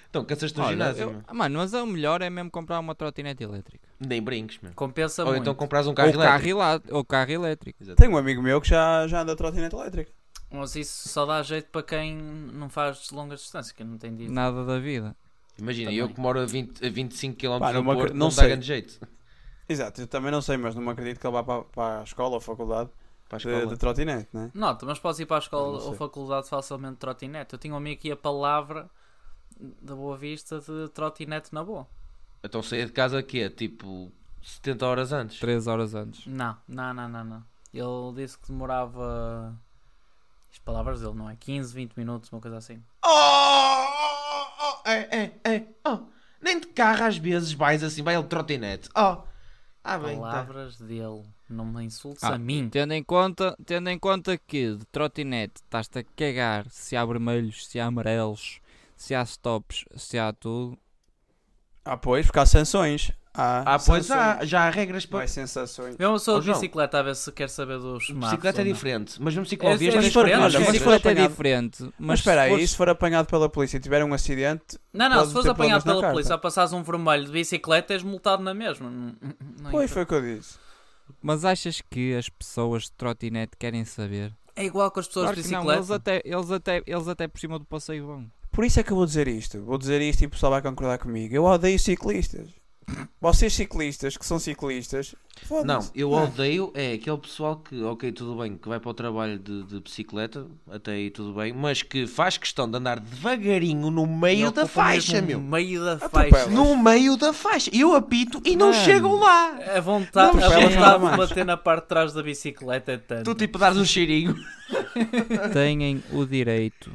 [SPEAKER 3] Então, cansas-te do
[SPEAKER 2] Olha,
[SPEAKER 3] ginásio,
[SPEAKER 2] eu-
[SPEAKER 3] meu.
[SPEAKER 2] Ah, Mano, mas o melhor é mesmo comprar uma trotinete elétrica.
[SPEAKER 3] Nem brinques, meu.
[SPEAKER 5] Compensa
[SPEAKER 3] Ou
[SPEAKER 5] muito.
[SPEAKER 3] então compras um
[SPEAKER 2] Ou
[SPEAKER 3] carro elétrico.
[SPEAKER 2] carro elétrico. Ou carro elétrico.
[SPEAKER 4] Tenho um amigo meu que já, já anda de trotinete elétrica.
[SPEAKER 5] Mas isso só dá jeito para quem não faz longas distâncias, que não tem dito.
[SPEAKER 2] Nada da vida.
[SPEAKER 3] Imagina,
[SPEAKER 5] Também.
[SPEAKER 3] eu que moro a, 20, a 25 km
[SPEAKER 4] Pá,
[SPEAKER 3] do
[SPEAKER 4] numa-
[SPEAKER 3] Porto,
[SPEAKER 4] não
[SPEAKER 3] não,
[SPEAKER 4] sei.
[SPEAKER 3] dá grande jeito.
[SPEAKER 4] Exato, eu também não sei, mas não me acredito que ele vá para, para a escola ou faculdade
[SPEAKER 3] Para a
[SPEAKER 4] de,
[SPEAKER 3] escola.
[SPEAKER 4] de trotinete, não é?
[SPEAKER 5] Nota, mas podes ir para a
[SPEAKER 4] Não
[SPEAKER 5] escola
[SPEAKER 4] sei.
[SPEAKER 5] ou faculdade facilmente de trotinete. Eu tinha um amigo que ia palavra da Boa Vista de trotinete na boa.
[SPEAKER 3] Então saía de casa aqui é tipo 70 horas antes.
[SPEAKER 2] 3 horas antes.
[SPEAKER 5] Não, não, não, não, não. Ele disse que demorava. As palavras dele, não é? 15, 20 minutos, uma coisa assim.
[SPEAKER 3] Oh, oh, oh, é, é, é, oh. Nem de carro às vezes vais assim, vai ele de trotinete. Oh. Ah, bem, tá.
[SPEAKER 5] palavras dele. Não me insultes
[SPEAKER 2] Ah,
[SPEAKER 5] a mim.
[SPEAKER 2] Tendo em, conta, tendo em conta que de trotinete estás-te a cagar se há vermelhos, se há amarelos, se há stops, se há tudo.
[SPEAKER 4] Ah, pois, porque há sanções. Há
[SPEAKER 3] Ah, pois
[SPEAKER 4] sanções.
[SPEAKER 3] há, já há regras
[SPEAKER 4] Não
[SPEAKER 3] para.
[SPEAKER 4] é sensações.
[SPEAKER 5] Eu sou
[SPEAKER 3] Oh,
[SPEAKER 5] de
[SPEAKER 3] João.
[SPEAKER 5] bicicleta a ver se quer saber dos mapas.
[SPEAKER 3] Bicicleta é
[SPEAKER 5] ou não.
[SPEAKER 3] diferente, mas mesmo ciclovia
[SPEAKER 5] É- é
[SPEAKER 3] tens que
[SPEAKER 5] diferente,
[SPEAKER 3] marcar
[SPEAKER 4] olha,
[SPEAKER 3] as
[SPEAKER 4] mas-
[SPEAKER 3] regras.
[SPEAKER 2] Bicicleta é
[SPEAKER 4] apanhado-
[SPEAKER 2] diferente. Mas,
[SPEAKER 4] Mas espera
[SPEAKER 2] se
[SPEAKER 4] aí,
[SPEAKER 2] fores-
[SPEAKER 4] se for apanhado pela polícia e tiver um acidente,
[SPEAKER 5] Não, não,
[SPEAKER 4] Podes
[SPEAKER 5] se fores
[SPEAKER 4] ter problemas
[SPEAKER 5] apanhado
[SPEAKER 4] na
[SPEAKER 5] pela
[SPEAKER 4] carta.
[SPEAKER 5] polícia a passares um vermelho de bicicleta, és multado na mesma. Não- não- não
[SPEAKER 4] pois
[SPEAKER 5] interessa.
[SPEAKER 4] foi o que eu disse.
[SPEAKER 2] mas achas que as pessoas de trotinete querem saber?
[SPEAKER 5] É igual com as pessoas
[SPEAKER 2] Claro
[SPEAKER 5] de
[SPEAKER 2] que
[SPEAKER 5] bicicleta.
[SPEAKER 2] não, eles até, eles, até, eles até por cima do passeio vão.
[SPEAKER 4] Por isso é que eu vou dizer isto. Vou dizer isto e o pessoal vai concordar comigo. Eu odeio ciclistas. Vocês ciclistas, que são ciclistas, foda-se.
[SPEAKER 3] Não, eu odeio é aquele pessoal que, ok, tudo bem, que vai para o trabalho de, de bicicleta, até aí tudo bem, mas que faz questão de andar devagarinho no
[SPEAKER 5] Ele
[SPEAKER 3] meio É da
[SPEAKER 5] ocupa mesmo um
[SPEAKER 3] faixa,
[SPEAKER 5] o
[SPEAKER 3] meu.
[SPEAKER 5] meio da
[SPEAKER 4] Atropela.
[SPEAKER 5] faixa.
[SPEAKER 3] No meio da faixa. Eu apito e não
[SPEAKER 2] Mano.
[SPEAKER 3] chegam lá.
[SPEAKER 5] A vontade,
[SPEAKER 4] Não,
[SPEAKER 5] a
[SPEAKER 4] atropela,
[SPEAKER 5] vontade de
[SPEAKER 4] jamais.
[SPEAKER 5] bater na parte de trás da bicicleta é tanto.
[SPEAKER 3] Tu tipo dás um cheirinho.
[SPEAKER 2] Têm o direito.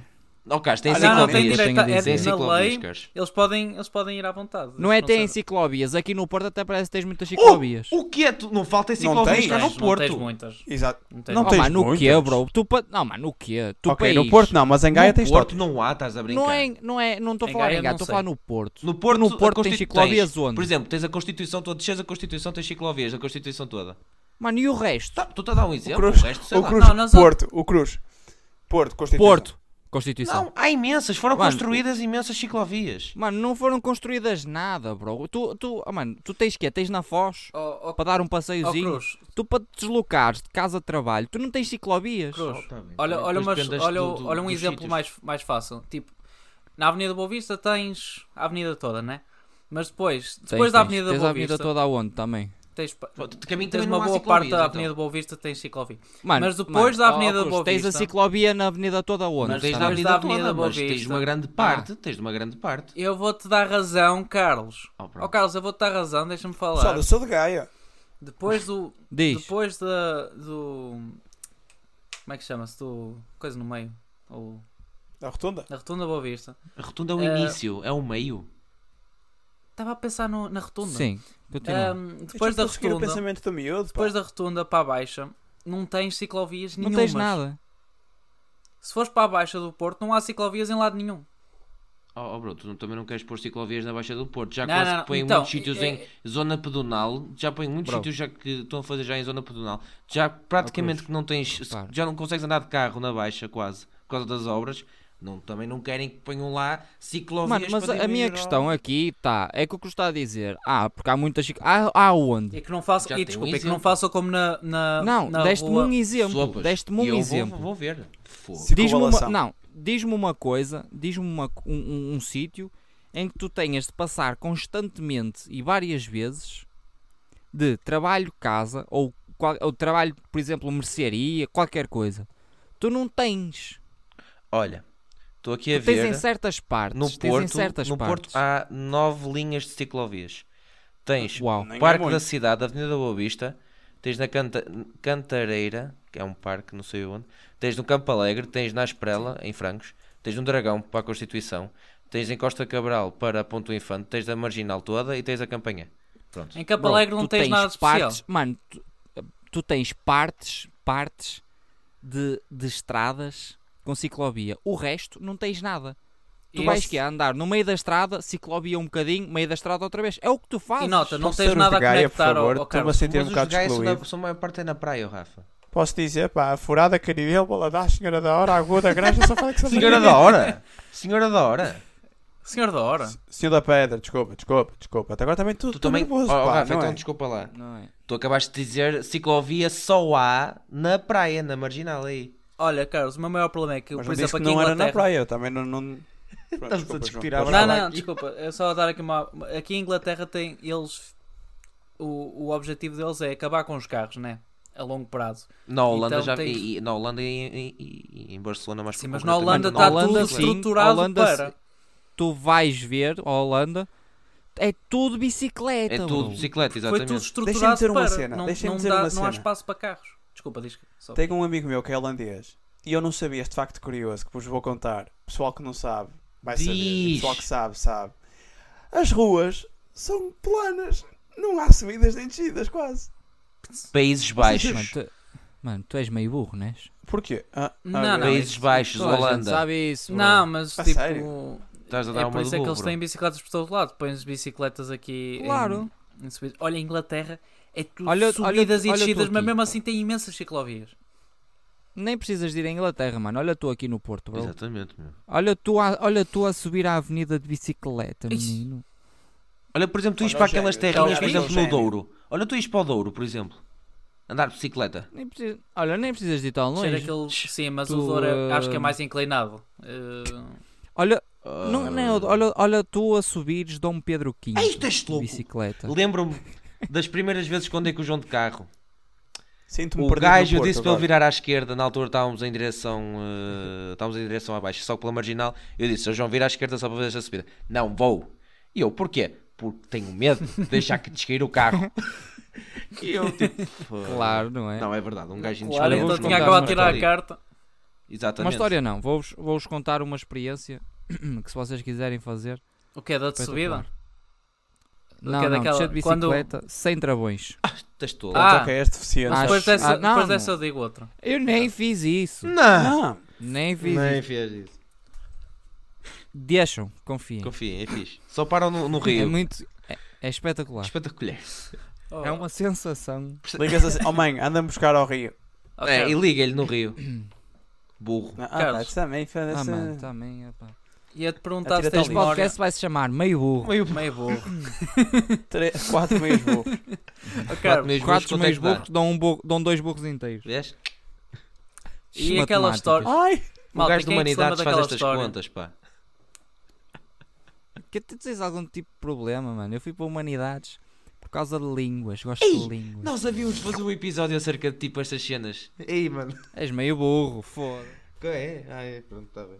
[SPEAKER 3] Ó, Carlos, tem
[SPEAKER 4] Ah, não, não,
[SPEAKER 3] ciclovias.
[SPEAKER 5] tem direito,
[SPEAKER 2] tenho a
[SPEAKER 5] é
[SPEAKER 2] dizer.
[SPEAKER 3] Tem
[SPEAKER 5] na
[SPEAKER 3] ciclovias,
[SPEAKER 5] lei.
[SPEAKER 3] Carlos.
[SPEAKER 5] Eles podem, eles podem ir à vontade.
[SPEAKER 2] Não é
[SPEAKER 5] Isso
[SPEAKER 2] ter
[SPEAKER 5] sei.
[SPEAKER 2] em ciclovias. Aqui no Porto até parece que tens muitas
[SPEAKER 3] Oh,
[SPEAKER 2] ciclovias.
[SPEAKER 3] o que é? Tu- Não falta em
[SPEAKER 4] Não
[SPEAKER 3] ciclovias
[SPEAKER 4] tens,
[SPEAKER 5] Não
[SPEAKER 3] cá é no
[SPEAKER 5] tens, Não tens
[SPEAKER 3] Porto.
[SPEAKER 5] muitas.
[SPEAKER 4] Exato.
[SPEAKER 5] Não tens
[SPEAKER 4] Não
[SPEAKER 2] Oh,
[SPEAKER 5] muitas.
[SPEAKER 4] tens
[SPEAKER 2] mano, no quê,
[SPEAKER 4] muitas.
[SPEAKER 2] bro? Tu pa- Não, mano, no quê? Tu
[SPEAKER 4] ok,
[SPEAKER 2] país.
[SPEAKER 4] no Porto não, mas em Gaia tens
[SPEAKER 3] No Porto
[SPEAKER 4] toques.
[SPEAKER 3] não há, estás a brincar.
[SPEAKER 2] Não é, não é, não estou a
[SPEAKER 5] Em
[SPEAKER 2] falar
[SPEAKER 5] Gaia
[SPEAKER 2] em Gaia,
[SPEAKER 5] não
[SPEAKER 2] estou a
[SPEAKER 5] sei.
[SPEAKER 2] falar no Porto.
[SPEAKER 3] No Porto,
[SPEAKER 2] No Porto
[SPEAKER 3] a
[SPEAKER 2] tem
[SPEAKER 3] Constitu-
[SPEAKER 2] ciclovias
[SPEAKER 3] tens-
[SPEAKER 2] onde?
[SPEAKER 3] Por exemplo, tens a Constituição toda, desces a Constituição, tens ciclovias, a Constituição toda.
[SPEAKER 2] Mano, e o resto?
[SPEAKER 3] Tá, tu estás a dar um exemplo, o,
[SPEAKER 4] Cruz-
[SPEAKER 3] resto, sei
[SPEAKER 4] O
[SPEAKER 3] lá.
[SPEAKER 4] Cruz,
[SPEAKER 5] Não, nós-
[SPEAKER 4] Porto, o Cruz. Porto, Constituição.
[SPEAKER 2] Porto, Constituição.
[SPEAKER 3] Não, há imensas, foram
[SPEAKER 2] Mano,
[SPEAKER 3] construídas imensas ciclovias.
[SPEAKER 2] Mano, não foram construídas nada, bro. Tu, tu, ah, mano, tu tens que Tens na Foz
[SPEAKER 5] Oh, oh,
[SPEAKER 2] para dar um
[SPEAKER 5] oh,
[SPEAKER 2] passeiozinho?
[SPEAKER 5] Cruz,
[SPEAKER 2] tu para te deslocares de casa a trabalho, tu não tens ciclovias?
[SPEAKER 5] Cruz.
[SPEAKER 3] Oh, tá bem.
[SPEAKER 5] Olha,
[SPEAKER 3] Depois
[SPEAKER 5] olha, umas-
[SPEAKER 3] dependas
[SPEAKER 5] olha,
[SPEAKER 3] do- do-
[SPEAKER 5] olha um
[SPEAKER 3] dos
[SPEAKER 5] exemplo
[SPEAKER 3] sítios.
[SPEAKER 5] mais, mais fácil. Tipo, na Avenida Boa Vista tens a Avenida toda, né? Mas depois,
[SPEAKER 2] Tens,
[SPEAKER 5] depois da
[SPEAKER 2] tens.
[SPEAKER 5] Avenida
[SPEAKER 2] Tens
[SPEAKER 5] Boa
[SPEAKER 2] a avenida
[SPEAKER 5] Vista,
[SPEAKER 2] toda aonde também?
[SPEAKER 5] tens, pa-
[SPEAKER 3] Pô, De caminho
[SPEAKER 5] tens
[SPEAKER 3] também
[SPEAKER 5] uma
[SPEAKER 3] não há
[SPEAKER 5] boa parte
[SPEAKER 3] ciclovias,
[SPEAKER 5] da
[SPEAKER 3] então.
[SPEAKER 5] Avenida Boa Vista tens ciclovia.
[SPEAKER 2] Mano,
[SPEAKER 5] Mas depois da Avenida
[SPEAKER 2] Cruz,
[SPEAKER 5] Boa
[SPEAKER 2] Tens a
[SPEAKER 5] Vista-
[SPEAKER 2] ciclovia na Avenida toda onde?
[SPEAKER 3] Mas tens
[SPEAKER 5] Mas
[SPEAKER 2] também?
[SPEAKER 3] da Avenida, Ah.
[SPEAKER 5] da Avenida
[SPEAKER 3] toda,
[SPEAKER 5] Boa
[SPEAKER 3] mas tens de
[SPEAKER 5] Vista.
[SPEAKER 3] uma grande parte, tens de uma grande parte.
[SPEAKER 5] Eu vou-te dar razão, Carlos.
[SPEAKER 3] Oh,
[SPEAKER 5] Ó
[SPEAKER 3] pronto.
[SPEAKER 5] Carlos, eu vou-te dar razão, deixa-me falar.
[SPEAKER 4] Pessoal, eu sou de Gaia.
[SPEAKER 5] Depois do.
[SPEAKER 2] Diz.
[SPEAKER 5] Depois da. do. Como é que chama-se? Do. Coisa no meio. Ou.
[SPEAKER 4] Da Rotunda.
[SPEAKER 5] Na Rotunda Boa Vista.
[SPEAKER 3] A rotunda é o
[SPEAKER 5] Eh,
[SPEAKER 3] início, é o meio.
[SPEAKER 5] Estava a pensar no- na Rotunda.
[SPEAKER 2] Sim, continua.
[SPEAKER 5] Ahm,
[SPEAKER 4] Depois
[SPEAKER 5] depois
[SPEAKER 4] de
[SPEAKER 5] da
[SPEAKER 4] seguir o
[SPEAKER 5] Rotunda.
[SPEAKER 4] pensamento do miúdo, pá.
[SPEAKER 5] Depois da rotunda para a baixa, não tens ciclovias
[SPEAKER 2] não
[SPEAKER 5] nenhumas.
[SPEAKER 2] tens nada.
[SPEAKER 5] Se fores para a baixa do Porto, não há ciclovias em lado nenhum.
[SPEAKER 3] Oh, oh, bro, tu não- também não queres pôr ciclovias na Baixa do Porto. Já
[SPEAKER 5] Não,
[SPEAKER 3] quase
[SPEAKER 5] não,
[SPEAKER 3] que põem
[SPEAKER 5] então,
[SPEAKER 3] muitos sítios
[SPEAKER 5] é-
[SPEAKER 3] em zona pedonal. Já põem muitos
[SPEAKER 2] Bro.
[SPEAKER 3] sítios já que estão a fazer já em zona pedonal. Já praticamente que não tens.
[SPEAKER 2] Repara.
[SPEAKER 3] Já não consegues andar de carro na Baixa, quase. Por causa das obras. Não, também não querem que ponham lá ciclovias.
[SPEAKER 2] Mano, mas
[SPEAKER 3] para
[SPEAKER 2] a, a minha
[SPEAKER 3] diminuir
[SPEAKER 2] questão aqui está. É que o que eu estou a dizer. Ah, porque há muitas. cic- Há, há onde?
[SPEAKER 5] E que não façam,
[SPEAKER 3] Já
[SPEAKER 5] e
[SPEAKER 3] tem
[SPEAKER 5] desculpa,
[SPEAKER 3] um
[SPEAKER 5] é que não
[SPEAKER 3] exemplo.
[SPEAKER 5] façam como na. na
[SPEAKER 2] Não,
[SPEAKER 5] na
[SPEAKER 2] deste-me
[SPEAKER 5] rua.
[SPEAKER 2] um exemplo.
[SPEAKER 3] Sopas.
[SPEAKER 2] Deste-me
[SPEAKER 3] E
[SPEAKER 2] um
[SPEAKER 3] eu vou-
[SPEAKER 2] exemplo.
[SPEAKER 3] Vou, ver. Fogo.
[SPEAKER 4] Sim.
[SPEAKER 2] Diz-me uma,
[SPEAKER 4] Circunvalação.
[SPEAKER 2] não, diz-me uma coisa, diz-me uma- um, um- um sítio em que tu tenhas de passar constantemente e várias vezes de trabalho, casa ou, qual- ou trabalho, por exemplo, mercearia, qualquer coisa. Tu não tens.
[SPEAKER 3] Olha, estou aqui a
[SPEAKER 2] Tu tens
[SPEAKER 3] ver.
[SPEAKER 2] em certas partes.
[SPEAKER 3] No
[SPEAKER 2] tens em
[SPEAKER 3] Porto,
[SPEAKER 2] certas
[SPEAKER 3] no
[SPEAKER 2] partes.
[SPEAKER 3] Porto há nove linhas de ciclovias. Tens
[SPEAKER 2] Uau.
[SPEAKER 4] Nem é
[SPEAKER 3] Parque da
[SPEAKER 4] muito.
[SPEAKER 3] Cidade, Avenida da Boa Vista, tens na Canta- Cantareira, que é um parque, não sei onde, tens no Campo Alegre, tens na Esprela, em Francos, tens no Dragão para a Constituição, tens em Costa Cabral para Ponto Infante, tens a Marginal toda e tens a Campanha. Pronto.
[SPEAKER 5] Em Campo
[SPEAKER 2] Bro,
[SPEAKER 5] Alegre não
[SPEAKER 2] tu
[SPEAKER 5] tens, nada de
[SPEAKER 2] partes,
[SPEAKER 5] especial.
[SPEAKER 2] Mano, tu, tu tens partes, partes de, de estradas com ciclovia. O resto não tens nada. Tu
[SPEAKER 5] E-
[SPEAKER 2] vais que é andar no meio da estrada, ciclovia um bocadinho, meio da estrada outra vez. É o que tu fazes.
[SPEAKER 5] E nota, não
[SPEAKER 4] Posso
[SPEAKER 5] tens
[SPEAKER 4] ser os
[SPEAKER 5] nada
[SPEAKER 4] de
[SPEAKER 5] a
[SPEAKER 4] Gaia,
[SPEAKER 5] conectar
[SPEAKER 4] por favor?
[SPEAKER 5] ao, ao
[SPEAKER 4] Estou-me a
[SPEAKER 5] Carlos.
[SPEAKER 4] sentir um
[SPEAKER 3] Mas os
[SPEAKER 4] bocado
[SPEAKER 3] gajos são da-
[SPEAKER 4] excluído.
[SPEAKER 3] são a maior parte é na praia, Rafa.
[SPEAKER 4] Posso dizer, pá, a furada, Caridel, Baladá, Senhora da Hora, Aguda, Granja, só fala que são
[SPEAKER 2] é.
[SPEAKER 3] Senhora da hora! Senhora da hora!
[SPEAKER 5] Senhor da hora.
[SPEAKER 4] Senhor da Pedra, desculpa, desculpa, desculpa. Até agora também tu,
[SPEAKER 3] Tu também.
[SPEAKER 4] nervoso,
[SPEAKER 3] Oh,
[SPEAKER 4] pá,
[SPEAKER 3] Rafa,
[SPEAKER 4] não
[SPEAKER 3] então
[SPEAKER 4] é?
[SPEAKER 3] desculpa lá.
[SPEAKER 2] Não é?
[SPEAKER 3] Tu acabaste de dizer ciclovia só há na praia, na marginal é aí.
[SPEAKER 5] Olha, Carlos, o meu maior problema é que,
[SPEAKER 4] Mas
[SPEAKER 5] por
[SPEAKER 4] não
[SPEAKER 5] exemplo,
[SPEAKER 4] disse que
[SPEAKER 5] aqui em
[SPEAKER 4] não era na
[SPEAKER 5] Inglaterra.
[SPEAKER 4] praia, eu também não... não... Pronto,
[SPEAKER 3] Estamos
[SPEAKER 4] desculpa,
[SPEAKER 3] a discutir
[SPEAKER 4] João,
[SPEAKER 3] à
[SPEAKER 4] podes
[SPEAKER 5] Não,
[SPEAKER 4] falar.
[SPEAKER 3] Vamos lá.
[SPEAKER 5] não, desculpa. É só dar aqui uma. Aqui em Inglaterra tem. Eles. O, o objetivo deles é acabar com os carros, né? A longo prazo.
[SPEAKER 3] Na Holanda
[SPEAKER 5] Então
[SPEAKER 3] já
[SPEAKER 5] tens-
[SPEAKER 3] e, e- na Holanda e, e- e- e em Barcelona mais
[SPEAKER 5] Sim, mas na
[SPEAKER 3] concretamente.
[SPEAKER 5] Holanda tá
[SPEAKER 2] Mano,
[SPEAKER 5] está
[SPEAKER 2] Holanda
[SPEAKER 5] tudo
[SPEAKER 2] sim,
[SPEAKER 5] estruturado
[SPEAKER 2] Holanda
[SPEAKER 5] para.
[SPEAKER 2] Tu vais ver a Holanda, é tudo bicicleta.
[SPEAKER 3] É tudo
[SPEAKER 2] bro.
[SPEAKER 3] bicicleta,
[SPEAKER 5] Foi
[SPEAKER 3] exatamente.
[SPEAKER 5] tudo estruturado
[SPEAKER 4] Deixa-me dizer uma
[SPEAKER 5] para.
[SPEAKER 4] cena,
[SPEAKER 5] Não,
[SPEAKER 4] deixa-me
[SPEAKER 5] não,
[SPEAKER 4] dizer
[SPEAKER 5] dá-
[SPEAKER 4] uma
[SPEAKER 5] não
[SPEAKER 4] cena.
[SPEAKER 5] há espaço para carros. Desculpa, diz. Só.
[SPEAKER 4] Tenho um amigo meu que é holandês e eu não sabia este facto curioso que vos vou contar. Pessoal que não sabe, vai saber. E
[SPEAKER 3] Diz.
[SPEAKER 4] Pessoal que sabe, sabe. As ruas são planas. Não há subidas nem descidas, quase.
[SPEAKER 3] Países
[SPEAKER 2] Mano,
[SPEAKER 3] Baixos.
[SPEAKER 2] tu, mano, tu és meio burro, né?
[SPEAKER 4] Porquê? Ah, ah,
[SPEAKER 5] Não, não,
[SPEAKER 4] bem.
[SPEAKER 5] é-
[SPEAKER 3] Países Baixos,
[SPEAKER 2] Toda a gente
[SPEAKER 3] Holanda.
[SPEAKER 2] sabe isso. bro.
[SPEAKER 5] Não, mas
[SPEAKER 4] A
[SPEAKER 5] tipo.
[SPEAKER 4] sério?
[SPEAKER 3] Estás a
[SPEAKER 5] é
[SPEAKER 3] dar
[SPEAKER 5] por
[SPEAKER 3] uma de
[SPEAKER 5] isso é que eles
[SPEAKER 3] burro.
[SPEAKER 5] têm bicicletas por todo lado. Põem as bicicletas aqui. em-
[SPEAKER 2] Claro.
[SPEAKER 5] em subidas. Olha, a Inglaterra é tudo
[SPEAKER 2] Olha- olha-
[SPEAKER 5] subidas
[SPEAKER 2] olha
[SPEAKER 5] e
[SPEAKER 2] tu
[SPEAKER 5] descidas, mas
[SPEAKER 2] aqui.
[SPEAKER 5] mesmo assim tem imensas ciclovias.
[SPEAKER 2] Nem precisas de ir à Inglaterra, mano. Olha tu aqui no Porto, bro.
[SPEAKER 3] Exatamente, meu.
[SPEAKER 2] Olha tu, a, olha tu a subir a avenida de bicicleta,
[SPEAKER 5] Ixi.
[SPEAKER 2] menino.
[SPEAKER 3] Olha, por exemplo, tu
[SPEAKER 4] Olha
[SPEAKER 3] ires
[SPEAKER 4] o
[SPEAKER 3] para aquelas
[SPEAKER 4] gênio,
[SPEAKER 5] olha
[SPEAKER 3] terrinhas, por
[SPEAKER 5] o
[SPEAKER 3] exemplo, no
[SPEAKER 4] gênio.
[SPEAKER 3] Douro. Olha, tu ires para o Douro, por exemplo. Andar de bicicleta.
[SPEAKER 2] Nem precisas, olha, nem precisas de ir tão
[SPEAKER 5] Cheira
[SPEAKER 2] longe.
[SPEAKER 5] aquele- Sim, mas
[SPEAKER 2] Tu,
[SPEAKER 5] o Douro é- acho que é
[SPEAKER 2] hum,
[SPEAKER 5] mais inclinado. Uh,
[SPEAKER 2] Olha,
[SPEAKER 3] Ah.
[SPEAKER 2] não, não, olha, olha tu a subires Dom Pedro V.
[SPEAKER 3] Ei, estás
[SPEAKER 2] de
[SPEAKER 3] louco?
[SPEAKER 2] Bicicleta.
[SPEAKER 3] Lembro-me das primeiras vezes que andei com o João de carro.
[SPEAKER 4] Sinto-me
[SPEAKER 3] O
[SPEAKER 4] perdido. no
[SPEAKER 3] Um gajo
[SPEAKER 4] Porto
[SPEAKER 3] disse para ele
[SPEAKER 4] agora.
[SPEAKER 3] virar à esquerda, na altura estávamos em direção eh, estávamos em direção abaixo, só que pela marginal. Eu disse, "Ó João, vira à esquerda só para fazer esta subida. Não vou. E eu, porquê? Porque tenho medo de deixar que descair o carro. e eu, tipo,
[SPEAKER 2] Claro, não é?
[SPEAKER 3] Não, é verdade, um gajo
[SPEAKER 5] claro,
[SPEAKER 2] olha,
[SPEAKER 5] então
[SPEAKER 2] vamos
[SPEAKER 5] tinha
[SPEAKER 2] contar
[SPEAKER 5] agora a
[SPEAKER 2] uma
[SPEAKER 5] tirar a
[SPEAKER 3] história.
[SPEAKER 5] carta.
[SPEAKER 3] Exatamente.
[SPEAKER 2] uma história não. Vou-vos vou contar uma experiência que se vocês quiserem fazer.
[SPEAKER 5] O que é da de subida?
[SPEAKER 2] Não,
[SPEAKER 5] que é
[SPEAKER 2] não,
[SPEAKER 5] daquela-
[SPEAKER 2] descer de
[SPEAKER 5] quando-
[SPEAKER 2] bicicleta sem travões.
[SPEAKER 3] Estás tolo.
[SPEAKER 5] Ah,
[SPEAKER 4] Pronto, ok, és deficiente.
[SPEAKER 2] Ah,
[SPEAKER 5] Depois
[SPEAKER 2] acho-
[SPEAKER 5] dessa,
[SPEAKER 2] ah, não,
[SPEAKER 5] depois
[SPEAKER 2] não.
[SPEAKER 5] dessa eu digo outra.
[SPEAKER 2] Eu nem fiz isso.
[SPEAKER 3] Não!
[SPEAKER 4] Não,
[SPEAKER 2] Nem fiz
[SPEAKER 3] Nem
[SPEAKER 2] isso.
[SPEAKER 3] fez isso.
[SPEAKER 2] Deixam, confiem.
[SPEAKER 3] Confiem, é fixe. Só param no, no
[SPEAKER 2] É
[SPEAKER 3] rio.
[SPEAKER 2] muito. É, é espetacular.
[SPEAKER 3] Espetacular.
[SPEAKER 2] É
[SPEAKER 5] Oh,
[SPEAKER 2] uma sensação.
[SPEAKER 4] ligas assim. Oh mãe, anda-me buscar ao rio.
[SPEAKER 5] Ok.
[SPEAKER 3] É, e liga-lhe no rio. Burro.
[SPEAKER 4] Ah,
[SPEAKER 5] Carlos.
[SPEAKER 4] pá, isso também foi
[SPEAKER 2] Ah,
[SPEAKER 4] dessa-
[SPEAKER 2] mano, também. epá.
[SPEAKER 5] Ia te perguntar se
[SPEAKER 4] Atira-te
[SPEAKER 5] tens
[SPEAKER 2] Este
[SPEAKER 4] ali.
[SPEAKER 5] memória.
[SPEAKER 2] podcast vai se chamar Meio Burro.
[SPEAKER 3] Meio
[SPEAKER 5] Meio burro.
[SPEAKER 4] Três- quatro mesmo.
[SPEAKER 5] Ok,
[SPEAKER 3] Quatro meios burros,
[SPEAKER 2] Quatro
[SPEAKER 3] quanto é
[SPEAKER 2] meios
[SPEAKER 3] que dá?
[SPEAKER 2] burros dão, um burro, dão dois burros inteiros.
[SPEAKER 3] Vês?
[SPEAKER 4] é
[SPEAKER 5] E aquela
[SPEAKER 2] Matemáticas.
[SPEAKER 5] história-
[SPEAKER 4] Ai!
[SPEAKER 3] O
[SPEAKER 5] Malta,
[SPEAKER 3] gajo de
[SPEAKER 5] quem é que se
[SPEAKER 3] humanidades
[SPEAKER 5] lembra
[SPEAKER 3] faz
[SPEAKER 5] daquela
[SPEAKER 3] estas
[SPEAKER 5] história?
[SPEAKER 3] contas, pá.
[SPEAKER 2] Que tu tens algum tipo de problema, mano. Eu fui para Humanidades por causa de línguas. Gosto de línguas.
[SPEAKER 3] Nós havíamos de fazer um episódio acerca de tipo estas cenas. Ei, mano.
[SPEAKER 2] És meio burro, foda.
[SPEAKER 3] É? Ah, é, pronto, está bem.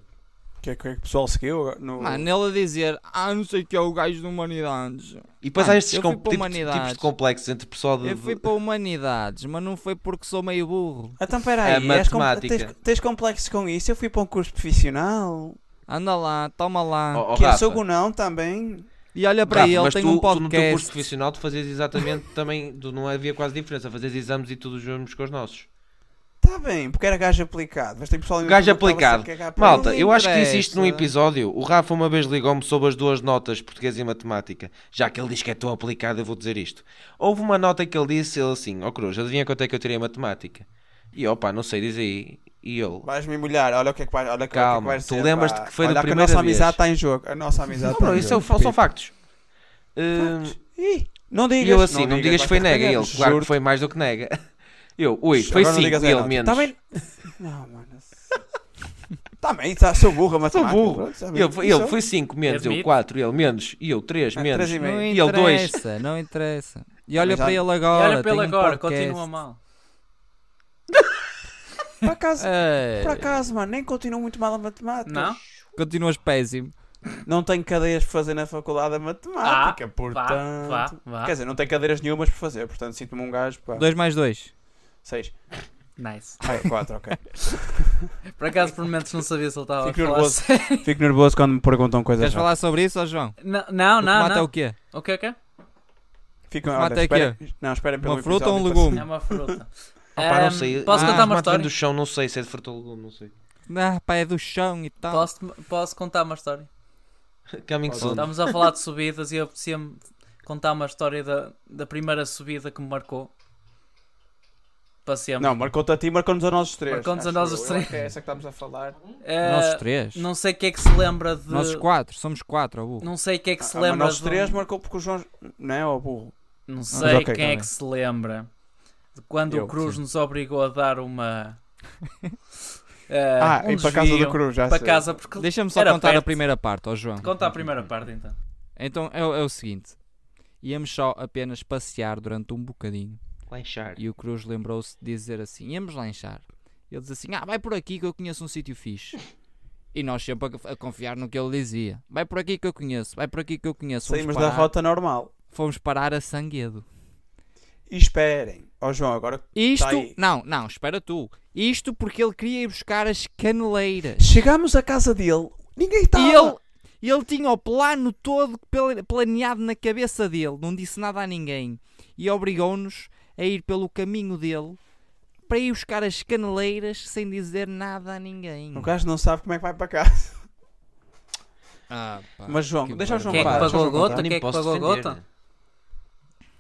[SPEAKER 4] O que é que o pessoal seguiu? agora? No...
[SPEAKER 2] Mano, ele a dizer, ah, não sei que é o gajo de Humanidades.
[SPEAKER 3] E depois
[SPEAKER 2] Mano,
[SPEAKER 3] há estes
[SPEAKER 2] eu fui
[SPEAKER 3] com-
[SPEAKER 2] para
[SPEAKER 3] tipo-
[SPEAKER 2] humanidades.
[SPEAKER 3] tipos de complexos entre pessoal de.
[SPEAKER 2] Eu fui para Humanidades, mas não foi porque sou meio burro.
[SPEAKER 4] Então peraí,
[SPEAKER 3] A
[SPEAKER 4] és com-
[SPEAKER 3] é matemática.
[SPEAKER 4] tens, tens complexo com isso? Eu fui para um curso profissional.
[SPEAKER 2] Anda lá, toma lá.
[SPEAKER 3] Oh, oh,
[SPEAKER 4] que eu
[SPEAKER 3] Rafa,
[SPEAKER 4] sou gunão também.
[SPEAKER 2] E olha para
[SPEAKER 3] Rafa,
[SPEAKER 2] ele,
[SPEAKER 3] mas
[SPEAKER 2] tem
[SPEAKER 3] tu,
[SPEAKER 2] um
[SPEAKER 3] tu no teu curso
[SPEAKER 2] podcast.
[SPEAKER 3] profissional tu fazias exatamente também. Tu não havia quase diferença. Fazias exames e tudo os mesmos que os nossos.
[SPEAKER 4] Está Tá bem, porque era gajo aplicado. Mas tem pessoal em
[SPEAKER 3] Gajo
[SPEAKER 4] YouTube que é estava
[SPEAKER 3] aplicado.
[SPEAKER 4] sempre a cagar para
[SPEAKER 3] Malta,
[SPEAKER 4] ele.
[SPEAKER 3] eu acho que isso
[SPEAKER 2] interessa.
[SPEAKER 3] isto num episódio. O Rafa uma vez ligou-me sobre as duas notas, português e matemática. Já que ele diz que é tão aplicado, eu vou dizer isto. Houve uma nota que ele disse, ele assim, ó Cruz, adivinha quanto é que eu tirei em matemática? E eu, opá, não sei, diz aí. E ele,
[SPEAKER 4] Vais-me molhar, olha o que é que vai, olha o que- o que é que
[SPEAKER 3] Calma,
[SPEAKER 4] vai
[SPEAKER 3] tu
[SPEAKER 4] ser,
[SPEAKER 3] lembras-te
[SPEAKER 4] pá.
[SPEAKER 3] que foi da
[SPEAKER 4] olha, que
[SPEAKER 3] primeira
[SPEAKER 4] a nossa
[SPEAKER 3] vez.
[SPEAKER 4] amizade está em jogo. A nossa amizade
[SPEAKER 3] Não,
[SPEAKER 4] está
[SPEAKER 3] bro,
[SPEAKER 4] em
[SPEAKER 3] isso é,
[SPEAKER 4] jogo.
[SPEAKER 3] são factos. Hum,
[SPEAKER 4] Ih, não digas,
[SPEAKER 3] e eu assim, não, digas
[SPEAKER 4] vai
[SPEAKER 3] que foi
[SPEAKER 4] te
[SPEAKER 3] nega. E
[SPEAKER 4] arrepender,
[SPEAKER 3] ele, claro que
[SPEAKER 4] juro-te.
[SPEAKER 3] foi mais do que nega. Eu, ui, foi
[SPEAKER 4] Agora não
[SPEAKER 3] 5
[SPEAKER 4] digas a
[SPEAKER 3] e ele
[SPEAKER 4] nota.
[SPEAKER 3] menos.
[SPEAKER 4] Tá bem. Não, mano. Está bem, tá, sou burro, mas
[SPEAKER 3] Sou burro. Ele, foi-
[SPEAKER 4] é um
[SPEAKER 3] ele foi 5 menos, eu
[SPEAKER 5] Admito.
[SPEAKER 3] 4, ele menos, e eu 3
[SPEAKER 4] Ah,
[SPEAKER 3] menos.
[SPEAKER 4] três e meio.
[SPEAKER 2] Não
[SPEAKER 4] E
[SPEAKER 3] ele, dois.
[SPEAKER 2] interessa, não interessa. E olha
[SPEAKER 4] Mas já-
[SPEAKER 2] para ele
[SPEAKER 5] E
[SPEAKER 2] agora.
[SPEAKER 5] olha para ele
[SPEAKER 2] tem um
[SPEAKER 5] agora,
[SPEAKER 2] podcast.
[SPEAKER 5] continua mal.
[SPEAKER 4] Por acaso,
[SPEAKER 2] Ei,
[SPEAKER 4] por acaso, mano, nem continuo muito mal a matemática.
[SPEAKER 5] É. Não?
[SPEAKER 2] continuas péssimo.
[SPEAKER 4] Não tenho cadeiras por fazer na faculdade de matemática, portanto.
[SPEAKER 5] Ah, Vá, vá,
[SPEAKER 4] Quer
[SPEAKER 5] vá.
[SPEAKER 4] dizer, não tenho cadeiras nenhumas por fazer, portanto sinto-me um gajo. Pá.
[SPEAKER 2] 2 mais 2.
[SPEAKER 4] Seis.
[SPEAKER 5] Nice.
[SPEAKER 4] Ah, é quatro, ok.
[SPEAKER 5] Por acaso, por momentos não sabia se ele estava a
[SPEAKER 4] Fico
[SPEAKER 5] falar.
[SPEAKER 4] nervoso.
[SPEAKER 5] sério.
[SPEAKER 4] Fico nervoso quando me perguntam coisas.
[SPEAKER 2] Queres falar sobre isso, ó João?
[SPEAKER 5] Não, não,
[SPEAKER 2] O tomate é
[SPEAKER 5] não.
[SPEAKER 2] o quê?
[SPEAKER 5] O que é que é?
[SPEAKER 4] Fico,
[SPEAKER 2] Tomate
[SPEAKER 4] olha,
[SPEAKER 2] é
[SPEAKER 4] espera, Não, esperem pelo
[SPEAKER 2] Uma fruta ou um
[SPEAKER 4] episódio
[SPEAKER 2] legume?
[SPEAKER 5] É uma fruta.
[SPEAKER 3] Opá, não
[SPEAKER 5] Ahm,
[SPEAKER 3] sei.
[SPEAKER 5] Hum, Posso
[SPEAKER 3] Ah,
[SPEAKER 5] contar uma
[SPEAKER 3] tomate vem
[SPEAKER 5] história?
[SPEAKER 3] do chão, não sei se é de fruta ou legume, não sei.
[SPEAKER 2] Ah, pá, é do chão e tal.
[SPEAKER 5] Posso, posso contar uma história?
[SPEAKER 3] Coming soon.
[SPEAKER 5] Estamos a falar de subidas e apetecia-me contar uma história da, da primeira subida que me marcou. Para
[SPEAKER 4] passado.
[SPEAKER 5] sempre.
[SPEAKER 4] Não, marcou-te a ti, marcou-nos a nós os três.
[SPEAKER 5] Marcou-nos a
[SPEAKER 4] acho
[SPEAKER 5] nós
[SPEAKER 4] eu.
[SPEAKER 5] os
[SPEAKER 4] Eu
[SPEAKER 5] três.
[SPEAKER 4] acho que É essa que estamos a falar. Ah,
[SPEAKER 5] Eh,
[SPEAKER 2] Nós três.
[SPEAKER 5] Não sei o que é que se lembra de.
[SPEAKER 2] Nós quatro, somos quatro, ó burro.
[SPEAKER 5] Não sei o que é que se
[SPEAKER 4] Ah, mas
[SPEAKER 5] lembra.
[SPEAKER 4] nós
[SPEAKER 5] de um-
[SPEAKER 4] três marcou porque o João. Não é, ó burro.
[SPEAKER 5] Não sei
[SPEAKER 4] ok,
[SPEAKER 5] quem
[SPEAKER 4] tá
[SPEAKER 5] é
[SPEAKER 4] bem.
[SPEAKER 5] que se lembra de quando
[SPEAKER 4] Eu,
[SPEAKER 5] o Cruz
[SPEAKER 2] sim.
[SPEAKER 5] nos obrigou a dar uma.
[SPEAKER 4] Ah, e para a casa do
[SPEAKER 5] Cruz.
[SPEAKER 4] Cruz, já
[SPEAKER 5] É. Um Para
[SPEAKER 4] sei.
[SPEAKER 5] casa, porque.
[SPEAKER 2] Deixa-me só
[SPEAKER 5] Era
[SPEAKER 2] contar a
[SPEAKER 5] perto.
[SPEAKER 2] primeira parte, ó João.
[SPEAKER 5] Conta a primeira parte então.
[SPEAKER 2] Então é, o- é o seguinte: íamos só apenas passear durante um bocadinho
[SPEAKER 3] Lanchar.
[SPEAKER 2] e o Cruz lembrou-se de dizer assim: íamos lanchar. Ele diz assim: ah, vai por aqui que eu conheço um sítio fixe. E nós sempre a, a confiar no que ele dizia. Vai por aqui que eu conheço, vai por aqui que eu conheço. Fomos
[SPEAKER 4] Saímos da
[SPEAKER 2] parar,
[SPEAKER 4] rota normal.
[SPEAKER 2] fomos parar a Sanguedo.
[SPEAKER 4] E esperem. Ó João, agora.
[SPEAKER 2] Isto,
[SPEAKER 4] Tá aí.
[SPEAKER 2] não, não, espera tu. Isto porque ele queria ir buscar as caneleiras.
[SPEAKER 4] Chegámos à casa dele. Ninguém tá estava.
[SPEAKER 2] E ele, ele tinha o plano todo pela- planeado na cabeça dele, não disse nada a ninguém. E obrigou-nos a ir pelo caminho dele para ir buscar as caneleiras sem dizer nada a ninguém.
[SPEAKER 4] O gajo não sabe como é que vai para casa.
[SPEAKER 2] Ah, pá,
[SPEAKER 4] Mas João,
[SPEAKER 2] que
[SPEAKER 4] deixa o
[SPEAKER 2] barbaridade.
[SPEAKER 4] João
[SPEAKER 5] Quem é que
[SPEAKER 4] falar, deixa
[SPEAKER 5] pagou
[SPEAKER 4] eu
[SPEAKER 5] a gota?
[SPEAKER 4] contar.
[SPEAKER 5] Quem é que
[SPEAKER 3] posso
[SPEAKER 5] pagou a
[SPEAKER 3] defender. né?
[SPEAKER 5] gota?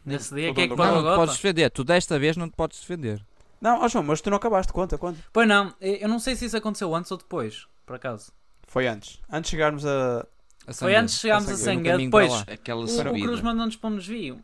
[SPEAKER 5] Nesse dia,
[SPEAKER 4] Não,
[SPEAKER 5] quem é que
[SPEAKER 4] não,
[SPEAKER 5] pagou
[SPEAKER 2] Não,
[SPEAKER 5] a
[SPEAKER 2] não te
[SPEAKER 5] gota?
[SPEAKER 2] podes defender. Tu desta vez não te podes defender.
[SPEAKER 4] Não, ó João, mas tu não acabaste. Conta, conta.
[SPEAKER 5] Pois não, eh, eu eu não sei se isso aconteceu antes ou depois, por acaso.
[SPEAKER 4] Foi antes. Antes de chegarmos a.
[SPEAKER 2] A
[SPEAKER 5] Foi
[SPEAKER 2] Sangueiro.
[SPEAKER 5] antes de chegarmos a
[SPEAKER 4] Sangue.
[SPEAKER 2] No
[SPEAKER 5] Sangue,
[SPEAKER 2] caminho para
[SPEAKER 5] depois
[SPEAKER 2] lá.
[SPEAKER 3] Aquela
[SPEAKER 5] o, o
[SPEAKER 3] subida.
[SPEAKER 5] Cruz mandou-nos para um desvio.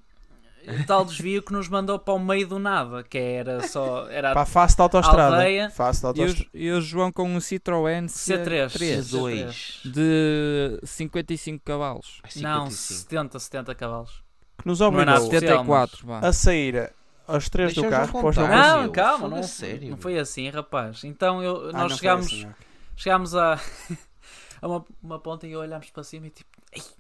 [SPEAKER 5] O tal desvio que nos mandou para o meio do nada, que era só. Era
[SPEAKER 4] Para a face da autostrada.
[SPEAKER 5] Aldeia.
[SPEAKER 4] Face da
[SPEAKER 2] E o,
[SPEAKER 4] autostrada.
[SPEAKER 2] Jo- e o João com um Citroën
[SPEAKER 5] C3.
[SPEAKER 2] C3
[SPEAKER 3] dois.
[SPEAKER 2] de 55 cavalos.
[SPEAKER 5] Não,
[SPEAKER 3] 55.
[SPEAKER 5] 70, 70 cavalos.
[SPEAKER 4] Que nos
[SPEAKER 5] é nada
[SPEAKER 4] obrigou
[SPEAKER 5] especial.
[SPEAKER 2] 74, vá.
[SPEAKER 4] a sair aos três do
[SPEAKER 3] Deixa o
[SPEAKER 4] carro.
[SPEAKER 3] João
[SPEAKER 4] para o João
[SPEAKER 3] contar.
[SPEAKER 4] Brasil.
[SPEAKER 5] Não,
[SPEAKER 3] Brasil,
[SPEAKER 5] calma,
[SPEAKER 3] fogo,
[SPEAKER 5] não,
[SPEAKER 3] a sério.
[SPEAKER 5] não foi assim, rapaz. Então eu-
[SPEAKER 4] Ah, não
[SPEAKER 5] nós
[SPEAKER 4] foi
[SPEAKER 5] chegámos,
[SPEAKER 4] assim, ok.
[SPEAKER 5] chegámos a, a uma, uma ponta e olhámos para cima e tipo, Ei, isto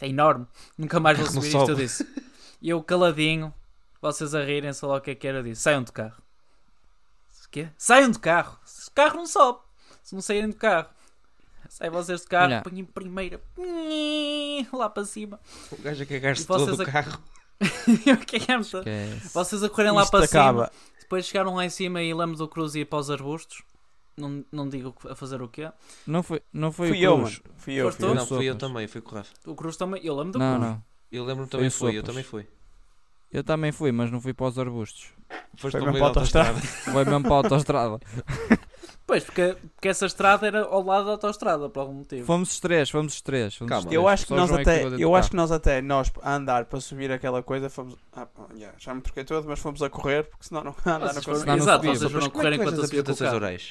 [SPEAKER 5] é enorme, nunca mais vou
[SPEAKER 3] Não
[SPEAKER 5] subir
[SPEAKER 3] sobe.
[SPEAKER 5] isto. Eu disse, e eu caladinho, vocês a rirem, sei lá o que é que era, eu disse, saiam do carro. O quê? Saiam do carro, se o carro não sobe, se não saírem do carro. Saem vocês do carro,
[SPEAKER 2] Olha.
[SPEAKER 5] põem em primeira, lá para cima.
[SPEAKER 3] O gajo a cagar-se
[SPEAKER 5] E vocês
[SPEAKER 3] todo o
[SPEAKER 5] a-
[SPEAKER 3] carro.
[SPEAKER 5] E o que é que é isso?
[SPEAKER 2] Esquece.
[SPEAKER 5] Vocês a correrem lá
[SPEAKER 4] Isto
[SPEAKER 5] para cima.
[SPEAKER 4] acaba.
[SPEAKER 5] Depois chegaram lá em cima e lemos o Cruz e para os arbustos. Não, não digo a fazer o quê.
[SPEAKER 2] Não foi, não foi
[SPEAKER 4] Fui
[SPEAKER 2] o
[SPEAKER 4] eu,
[SPEAKER 2] Cruz.
[SPEAKER 4] mano. Fui eu.
[SPEAKER 5] Foste
[SPEAKER 4] Fui
[SPEAKER 5] tu?
[SPEAKER 4] eu.
[SPEAKER 3] Não, fui eu
[SPEAKER 2] sopas.
[SPEAKER 3] também, fui com o Rafa.
[SPEAKER 5] O Cruz também. Eu lembro do
[SPEAKER 2] Não,
[SPEAKER 5] Cruz.
[SPEAKER 2] não.
[SPEAKER 3] Eu lembro-me
[SPEAKER 2] Foi
[SPEAKER 3] também
[SPEAKER 2] o
[SPEAKER 3] fui, eu
[SPEAKER 2] Sopas.
[SPEAKER 3] também fui.
[SPEAKER 2] Eu também fui, mas não fui para os arbustos.
[SPEAKER 3] Foste
[SPEAKER 4] Foi
[SPEAKER 3] para o
[SPEAKER 4] mesmo
[SPEAKER 3] meio da
[SPEAKER 4] para a autoestrada.
[SPEAKER 3] autoestrada.
[SPEAKER 2] Foi mesmo para a autostrada.
[SPEAKER 5] Pois, porque, porque essa estrada era ao lado da autostrada, por algum motivo.
[SPEAKER 2] Fomos os três, fomos os três. Fomos
[SPEAKER 3] Calma.
[SPEAKER 2] os três.
[SPEAKER 4] Eu acho que
[SPEAKER 2] Só
[SPEAKER 4] nós
[SPEAKER 2] João é
[SPEAKER 4] até,
[SPEAKER 2] ficou dentro
[SPEAKER 4] eu
[SPEAKER 2] do
[SPEAKER 4] acho que
[SPEAKER 2] carro.
[SPEAKER 4] nós até, nós a andar para subir aquela coisa, fomos. Ah, pá, já, já me troquei todo, mas fomos a correr, porque senão não a andar não
[SPEAKER 5] Vocês foram-
[SPEAKER 2] senão não
[SPEAKER 4] conseguimos.
[SPEAKER 5] Exato,
[SPEAKER 2] subia.
[SPEAKER 5] vocês
[SPEAKER 3] Mas
[SPEAKER 5] foram
[SPEAKER 3] como é
[SPEAKER 5] correr
[SPEAKER 3] que tu és
[SPEAKER 5] enquanto eu
[SPEAKER 3] das
[SPEAKER 5] subia com o
[SPEAKER 3] apresentações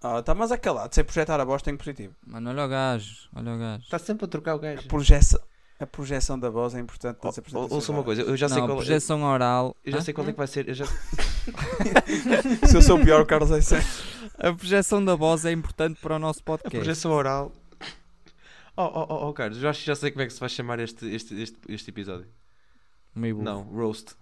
[SPEAKER 5] carro.
[SPEAKER 3] orais?
[SPEAKER 4] Ah, está mais acalado, sem projetar a bosta é em positivo.
[SPEAKER 2] Mano, olha o gajo, olha o gajo.
[SPEAKER 3] Está Tá sempre a trocar o
[SPEAKER 4] A
[SPEAKER 3] gajo.
[SPEAKER 4] projeção, a projeção da voz é importante nas
[SPEAKER 3] Ou- ou-
[SPEAKER 4] apresentações.
[SPEAKER 3] Ouça uma coisa, eu já sei
[SPEAKER 2] não,
[SPEAKER 3] qual eu-
[SPEAKER 2] projeção oral.
[SPEAKER 3] Eu já
[SPEAKER 2] Hã?
[SPEAKER 3] sei qual é que vai ser. Eu já...
[SPEAKER 4] Se eu sou o pior, o Carlos é sempre.
[SPEAKER 2] A projeção da voz é importante para o nosso
[SPEAKER 3] A
[SPEAKER 2] podcast.
[SPEAKER 3] projeção oral. Oh, oh, oh, oh, Carlos, eu acho que já sei como é que se vai chamar este, este, este, este episódio.
[SPEAKER 2] Meio burro.
[SPEAKER 3] Não, roast.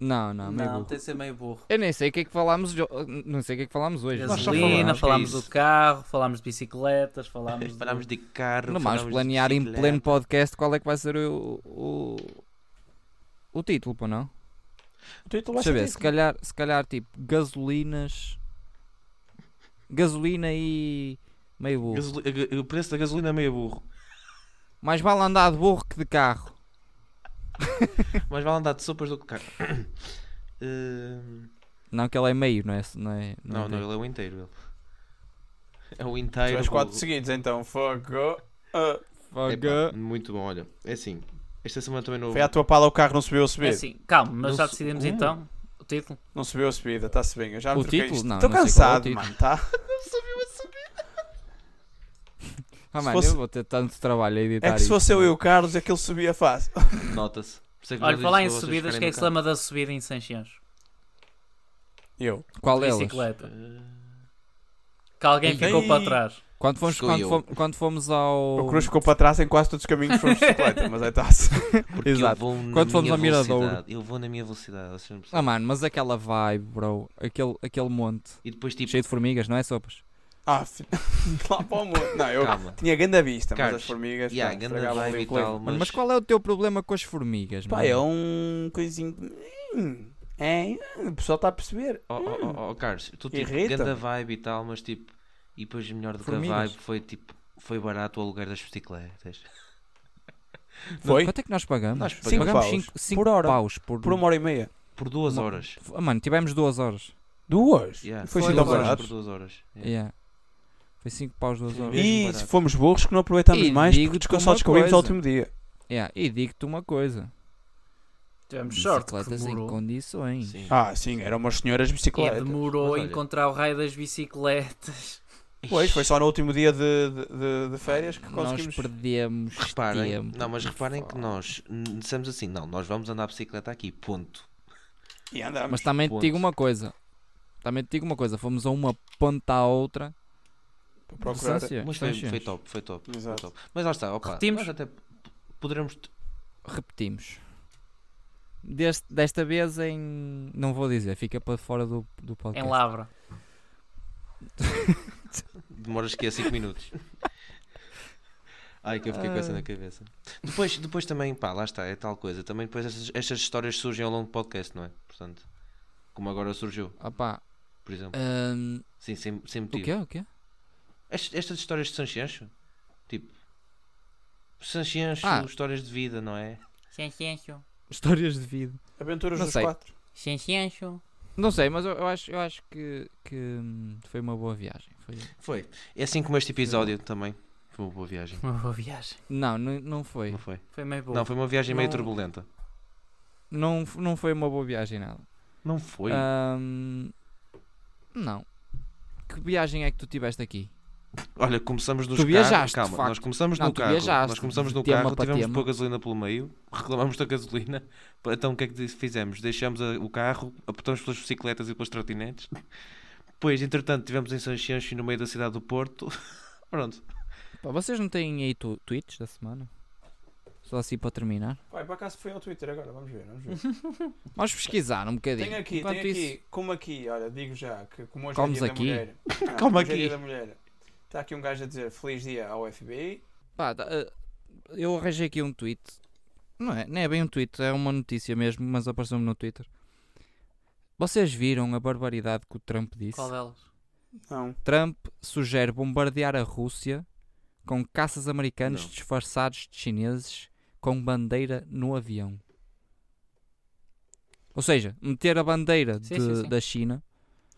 [SPEAKER 2] Não, não, meio
[SPEAKER 5] Não,
[SPEAKER 2] burro.
[SPEAKER 5] tem de ser meio burro.
[SPEAKER 2] Eu nem sei o que é que falámos, jo- não sei o que é que falámos hoje.
[SPEAKER 3] Nós só
[SPEAKER 5] Gasolina, falámos
[SPEAKER 3] falámos, que é
[SPEAKER 5] do
[SPEAKER 3] isso? não
[SPEAKER 5] carro, falámos de bicicletas, falámos de.
[SPEAKER 3] Falámos de carro.
[SPEAKER 2] Não vamos
[SPEAKER 3] falámos de
[SPEAKER 2] planear em
[SPEAKER 3] bicicleta.
[SPEAKER 2] pleno podcast qual é que vai ser o, o, o título, pô, não?
[SPEAKER 4] O título Então, vai
[SPEAKER 2] Deixa eu
[SPEAKER 4] ser
[SPEAKER 2] ver, se
[SPEAKER 4] título.
[SPEAKER 2] calhar, se calhar tipo gasolinas. Gasolina e meio burro.
[SPEAKER 3] Gasoli- a- a- O preço da gasolina é meio burro.
[SPEAKER 2] Mais vale andar de burro que de carro.
[SPEAKER 3] Mas vai andar de sopas do que carro. Hum,
[SPEAKER 2] Não que ele é meio, não é? Não, é,
[SPEAKER 3] não,
[SPEAKER 2] é
[SPEAKER 3] não,
[SPEAKER 2] meio.
[SPEAKER 3] ele é o inteiro. Ele. É o
[SPEAKER 4] Tu
[SPEAKER 3] inteiro.
[SPEAKER 4] és quatro
[SPEAKER 3] burro.
[SPEAKER 4] seguidos, então fogo. Ah,
[SPEAKER 3] Epá,
[SPEAKER 2] Fuck.
[SPEAKER 3] muito bom, olha. É assim, esta semana também não.
[SPEAKER 4] foi à tua pala, o carro não subiu a
[SPEAKER 5] É
[SPEAKER 4] subida.
[SPEAKER 5] assim, calma, mas
[SPEAKER 3] Não
[SPEAKER 5] já
[SPEAKER 3] se-
[SPEAKER 5] decidimos
[SPEAKER 3] Hum.
[SPEAKER 5] então o título.
[SPEAKER 4] Não subiu a subida, está-se bem. Eu já me
[SPEAKER 2] O
[SPEAKER 4] troquei
[SPEAKER 2] título?
[SPEAKER 4] isto.
[SPEAKER 2] Não,
[SPEAKER 4] Estou
[SPEAKER 2] não sei qual é o
[SPEAKER 4] cansado,
[SPEAKER 2] título.
[SPEAKER 4] mano, tá? está?
[SPEAKER 2] Ah,
[SPEAKER 4] se
[SPEAKER 2] mano,
[SPEAKER 4] fosse-
[SPEAKER 2] eu vou ter tanto trabalho a editar
[SPEAKER 4] É que se fosse
[SPEAKER 2] isto,
[SPEAKER 4] eu e o Carlos, aquilo subia fácil.
[SPEAKER 3] Nota-se. Por isso é que
[SPEAKER 5] Olha,
[SPEAKER 3] não
[SPEAKER 5] falar em
[SPEAKER 3] disse para vocês
[SPEAKER 5] subidas,
[SPEAKER 3] ficarem
[SPEAKER 5] quem é
[SPEAKER 3] no
[SPEAKER 5] que se lembra da subida em Sanchens?
[SPEAKER 4] Eu.
[SPEAKER 2] mano. Qual é delas?
[SPEAKER 5] Bicicleta.
[SPEAKER 3] carro.
[SPEAKER 5] Que alguém
[SPEAKER 4] Ei.
[SPEAKER 5] ficou para trás.
[SPEAKER 2] Quando fomos,
[SPEAKER 3] Sou
[SPEAKER 2] quando,
[SPEAKER 3] eu.
[SPEAKER 2] fomos, quando fomos ao.
[SPEAKER 4] O Cruz ficou para trás em quase todos os caminhos que fomos de bicicleta, mas é está-se.
[SPEAKER 3] Porque
[SPEAKER 2] Exato.
[SPEAKER 3] eu vou na
[SPEAKER 2] Quando fomos
[SPEAKER 3] minha
[SPEAKER 2] ao Miradouro.
[SPEAKER 3] velocidade, Eu vou na minha velocidade, vocês não
[SPEAKER 2] Ah,
[SPEAKER 3] percebem.
[SPEAKER 2] mano, mas aquela vibe, bro. Aquele, aquele monte.
[SPEAKER 3] E depois tipo,
[SPEAKER 2] Cheio de formigas, não é sopas?
[SPEAKER 4] Ah, fi- lá para o mundo. Não, eu um
[SPEAKER 3] calma.
[SPEAKER 4] tinha ganda vista, mas
[SPEAKER 3] Carlos,
[SPEAKER 4] as formigas.
[SPEAKER 3] Yeah,
[SPEAKER 4] pronto,
[SPEAKER 3] ganda
[SPEAKER 4] estragavam
[SPEAKER 3] vibe
[SPEAKER 4] ali
[SPEAKER 3] e
[SPEAKER 4] o clima.
[SPEAKER 3] tal,
[SPEAKER 2] Mano,
[SPEAKER 3] mas...
[SPEAKER 2] mas qual é o teu problema com as formigas,
[SPEAKER 4] Pá,
[SPEAKER 2] mano?
[SPEAKER 4] é um coisinho. Hum, É, o pessoal está a perceber.
[SPEAKER 3] Oh, oh, oh, oh, Carlos, tu tipo,
[SPEAKER 4] Irrita.
[SPEAKER 3] ganda vibe e tal, mas tipo... E depois melhor do que a
[SPEAKER 2] Formigas.
[SPEAKER 3] vibe foi tipo... Foi barato o aluguer das bicicletas.
[SPEAKER 4] Foi?
[SPEAKER 2] Quanto é que nós pagamos?
[SPEAKER 3] Nós
[SPEAKER 4] Cinco
[SPEAKER 2] pagamos
[SPEAKER 4] paus.
[SPEAKER 2] 5
[SPEAKER 4] Por hora.
[SPEAKER 2] paus por,
[SPEAKER 4] Por uma hora e meia.
[SPEAKER 3] Por duas
[SPEAKER 2] Uma-
[SPEAKER 3] horas.
[SPEAKER 2] Ah, Mano, tivemos 2 horas.
[SPEAKER 4] Duas?
[SPEAKER 3] Yeah.
[SPEAKER 4] Foi
[SPEAKER 5] Foi
[SPEAKER 4] assim tão
[SPEAKER 3] duas
[SPEAKER 5] duas
[SPEAKER 3] horas
[SPEAKER 4] barato.
[SPEAKER 3] por duas horas. Yeah.
[SPEAKER 2] Yeah. Foi 5 paus, 2
[SPEAKER 3] É. Sim.
[SPEAKER 2] horas.
[SPEAKER 3] mesmo
[SPEAKER 4] E se
[SPEAKER 3] barato.
[SPEAKER 4] fomos burros que não aproveitamos
[SPEAKER 2] E
[SPEAKER 4] mais, porque
[SPEAKER 2] digo-te
[SPEAKER 4] desco- só
[SPEAKER 2] uma
[SPEAKER 4] descobrimos ao
[SPEAKER 2] coisa.
[SPEAKER 4] último dia.
[SPEAKER 2] Yeah, e digo-te uma coisa:
[SPEAKER 5] Tivemos sorte que
[SPEAKER 2] bicicletas em
[SPEAKER 5] demorou. é,
[SPEAKER 2] condições.
[SPEAKER 3] Sim.
[SPEAKER 4] Ah, sim, eram umas senhoras
[SPEAKER 5] E
[SPEAKER 4] bicicletas.
[SPEAKER 5] demorou
[SPEAKER 3] Mas
[SPEAKER 5] a
[SPEAKER 3] olha-
[SPEAKER 5] encontrar o raio das bicicletas.
[SPEAKER 4] Pois, foi só no último dia de, de- de- de férias que
[SPEAKER 2] Nós
[SPEAKER 4] conseguimos.
[SPEAKER 2] perdemos
[SPEAKER 3] Reparem,
[SPEAKER 2] tempo.
[SPEAKER 3] não, mas reparem que
[SPEAKER 2] Fuck.
[SPEAKER 3] nós n- dissemos assim, não, nós vamos andar de bicicleta aqui, ponto.
[SPEAKER 4] E andámos.
[SPEAKER 2] Mas também te digo
[SPEAKER 3] pontos.
[SPEAKER 2] uma coisa: Também te digo uma coisa, fomos a uma ponta à outra.
[SPEAKER 4] para procurar.
[SPEAKER 2] distância,
[SPEAKER 3] Mas foi,
[SPEAKER 2] distâncias.
[SPEAKER 3] foi top, foi top. foi
[SPEAKER 4] Exato.
[SPEAKER 3] top. Mas lá está, opa,
[SPEAKER 5] Repetimos?
[SPEAKER 3] nós até p- poderemos. t-
[SPEAKER 2] Repetimos. Deste- desta vez em. Não vou dizer, fica para fora do, do podcast.
[SPEAKER 5] Em Lavra.
[SPEAKER 3] Demoras aqui a 5 minutos. Ai, que eu fiquei com essa na cabeça. Depois, depois também, pá, lá está, é tal coisa. Também depois estas, estas histórias surgem ao longo do podcast, não é? Portanto, como agora surgiu,
[SPEAKER 2] Opá,
[SPEAKER 3] por exemplo.
[SPEAKER 2] hum,
[SPEAKER 3] Sim, sem, sem
[SPEAKER 2] o
[SPEAKER 3] motivo.
[SPEAKER 2] quê? O quê?
[SPEAKER 3] Estas, estas histórias de Sanxenxo, tipo. Sanxenxo,
[SPEAKER 2] Ah.
[SPEAKER 3] histórias de vida, não é?
[SPEAKER 5] Xenxenxo.
[SPEAKER 2] Histórias de vida.
[SPEAKER 4] Aventuras
[SPEAKER 2] Não
[SPEAKER 4] dos
[SPEAKER 2] sei.
[SPEAKER 4] quatro.
[SPEAKER 5] Xenxenxo.
[SPEAKER 2] Não sei, mas eu, eu acho, eu acho que, que, hum, foi uma boa viagem. Foi-
[SPEAKER 3] Foi. É assim como este episódio também. Foi uma boa viagem,
[SPEAKER 5] Uma boa viagem.
[SPEAKER 2] Não, não, não foi.
[SPEAKER 3] não foi?
[SPEAKER 5] Foi meio boa.
[SPEAKER 3] Não, foi uma viagem meio
[SPEAKER 2] Não-
[SPEAKER 3] turbulenta.
[SPEAKER 2] Não, f- não foi uma boa viagem, nada.
[SPEAKER 3] Não foi?
[SPEAKER 2] Hum, não. Que viagem é que tu tiveste aqui?
[SPEAKER 3] Olha, começamos nos
[SPEAKER 2] Tu
[SPEAKER 3] carros.
[SPEAKER 2] viajaste,
[SPEAKER 3] Calma,
[SPEAKER 2] de facto.
[SPEAKER 3] nós começamos
[SPEAKER 2] Não,
[SPEAKER 3] no
[SPEAKER 2] tu
[SPEAKER 3] carro.
[SPEAKER 2] viajaste,
[SPEAKER 3] nós começamos
[SPEAKER 2] de
[SPEAKER 3] no
[SPEAKER 2] tema
[SPEAKER 3] carro,
[SPEAKER 2] para
[SPEAKER 3] tivemos
[SPEAKER 2] tema.
[SPEAKER 3] pouca gasolina pelo meio, reclamamos da gasolina. Pá, Então o que é que fizemos? Deixamos a- o carro, apertamos pelas bicicletas e pelas trotinetes. Depois, entretanto, tivemos em Sanxenxo e no meio da cidade do Porto. Pronto.
[SPEAKER 2] Pá, vocês não têm aí tu, tweets da semana? Só assim para terminar.
[SPEAKER 4] Pai, por acaso foi ao Twitter agora, vamos ver, vamos ver.
[SPEAKER 2] Vamos pesquisar um bocadinho.
[SPEAKER 4] Tenho aqui,
[SPEAKER 2] Enquanto
[SPEAKER 4] tenho
[SPEAKER 2] isso-
[SPEAKER 4] aqui, como aqui, olha, digo já, que como hoje
[SPEAKER 2] Comes
[SPEAKER 4] é dia
[SPEAKER 2] aqui?
[SPEAKER 4] da mulher. Ah,
[SPEAKER 3] Como
[SPEAKER 4] hoje é
[SPEAKER 3] aqui?
[SPEAKER 4] dia da mulher. Está aqui um gajo a dizer feliz dia ao FBI.
[SPEAKER 2] Pá, tá, eh, eu arranjei aqui um tweet. Não é, não é bem um tweet, é uma notícia mesmo, mas apareceu-me no Twitter. Vocês viram a barbaridade que o Trump disse?
[SPEAKER 5] Qual delas?
[SPEAKER 4] Não.
[SPEAKER 2] Trump sugere bombardear a Rússia com caças americanos
[SPEAKER 3] Não.
[SPEAKER 2] disfarçados de chineses com bandeira no avião. Ou seja, meter a bandeira
[SPEAKER 5] Sim,
[SPEAKER 2] de-
[SPEAKER 5] sim, sim.
[SPEAKER 2] da China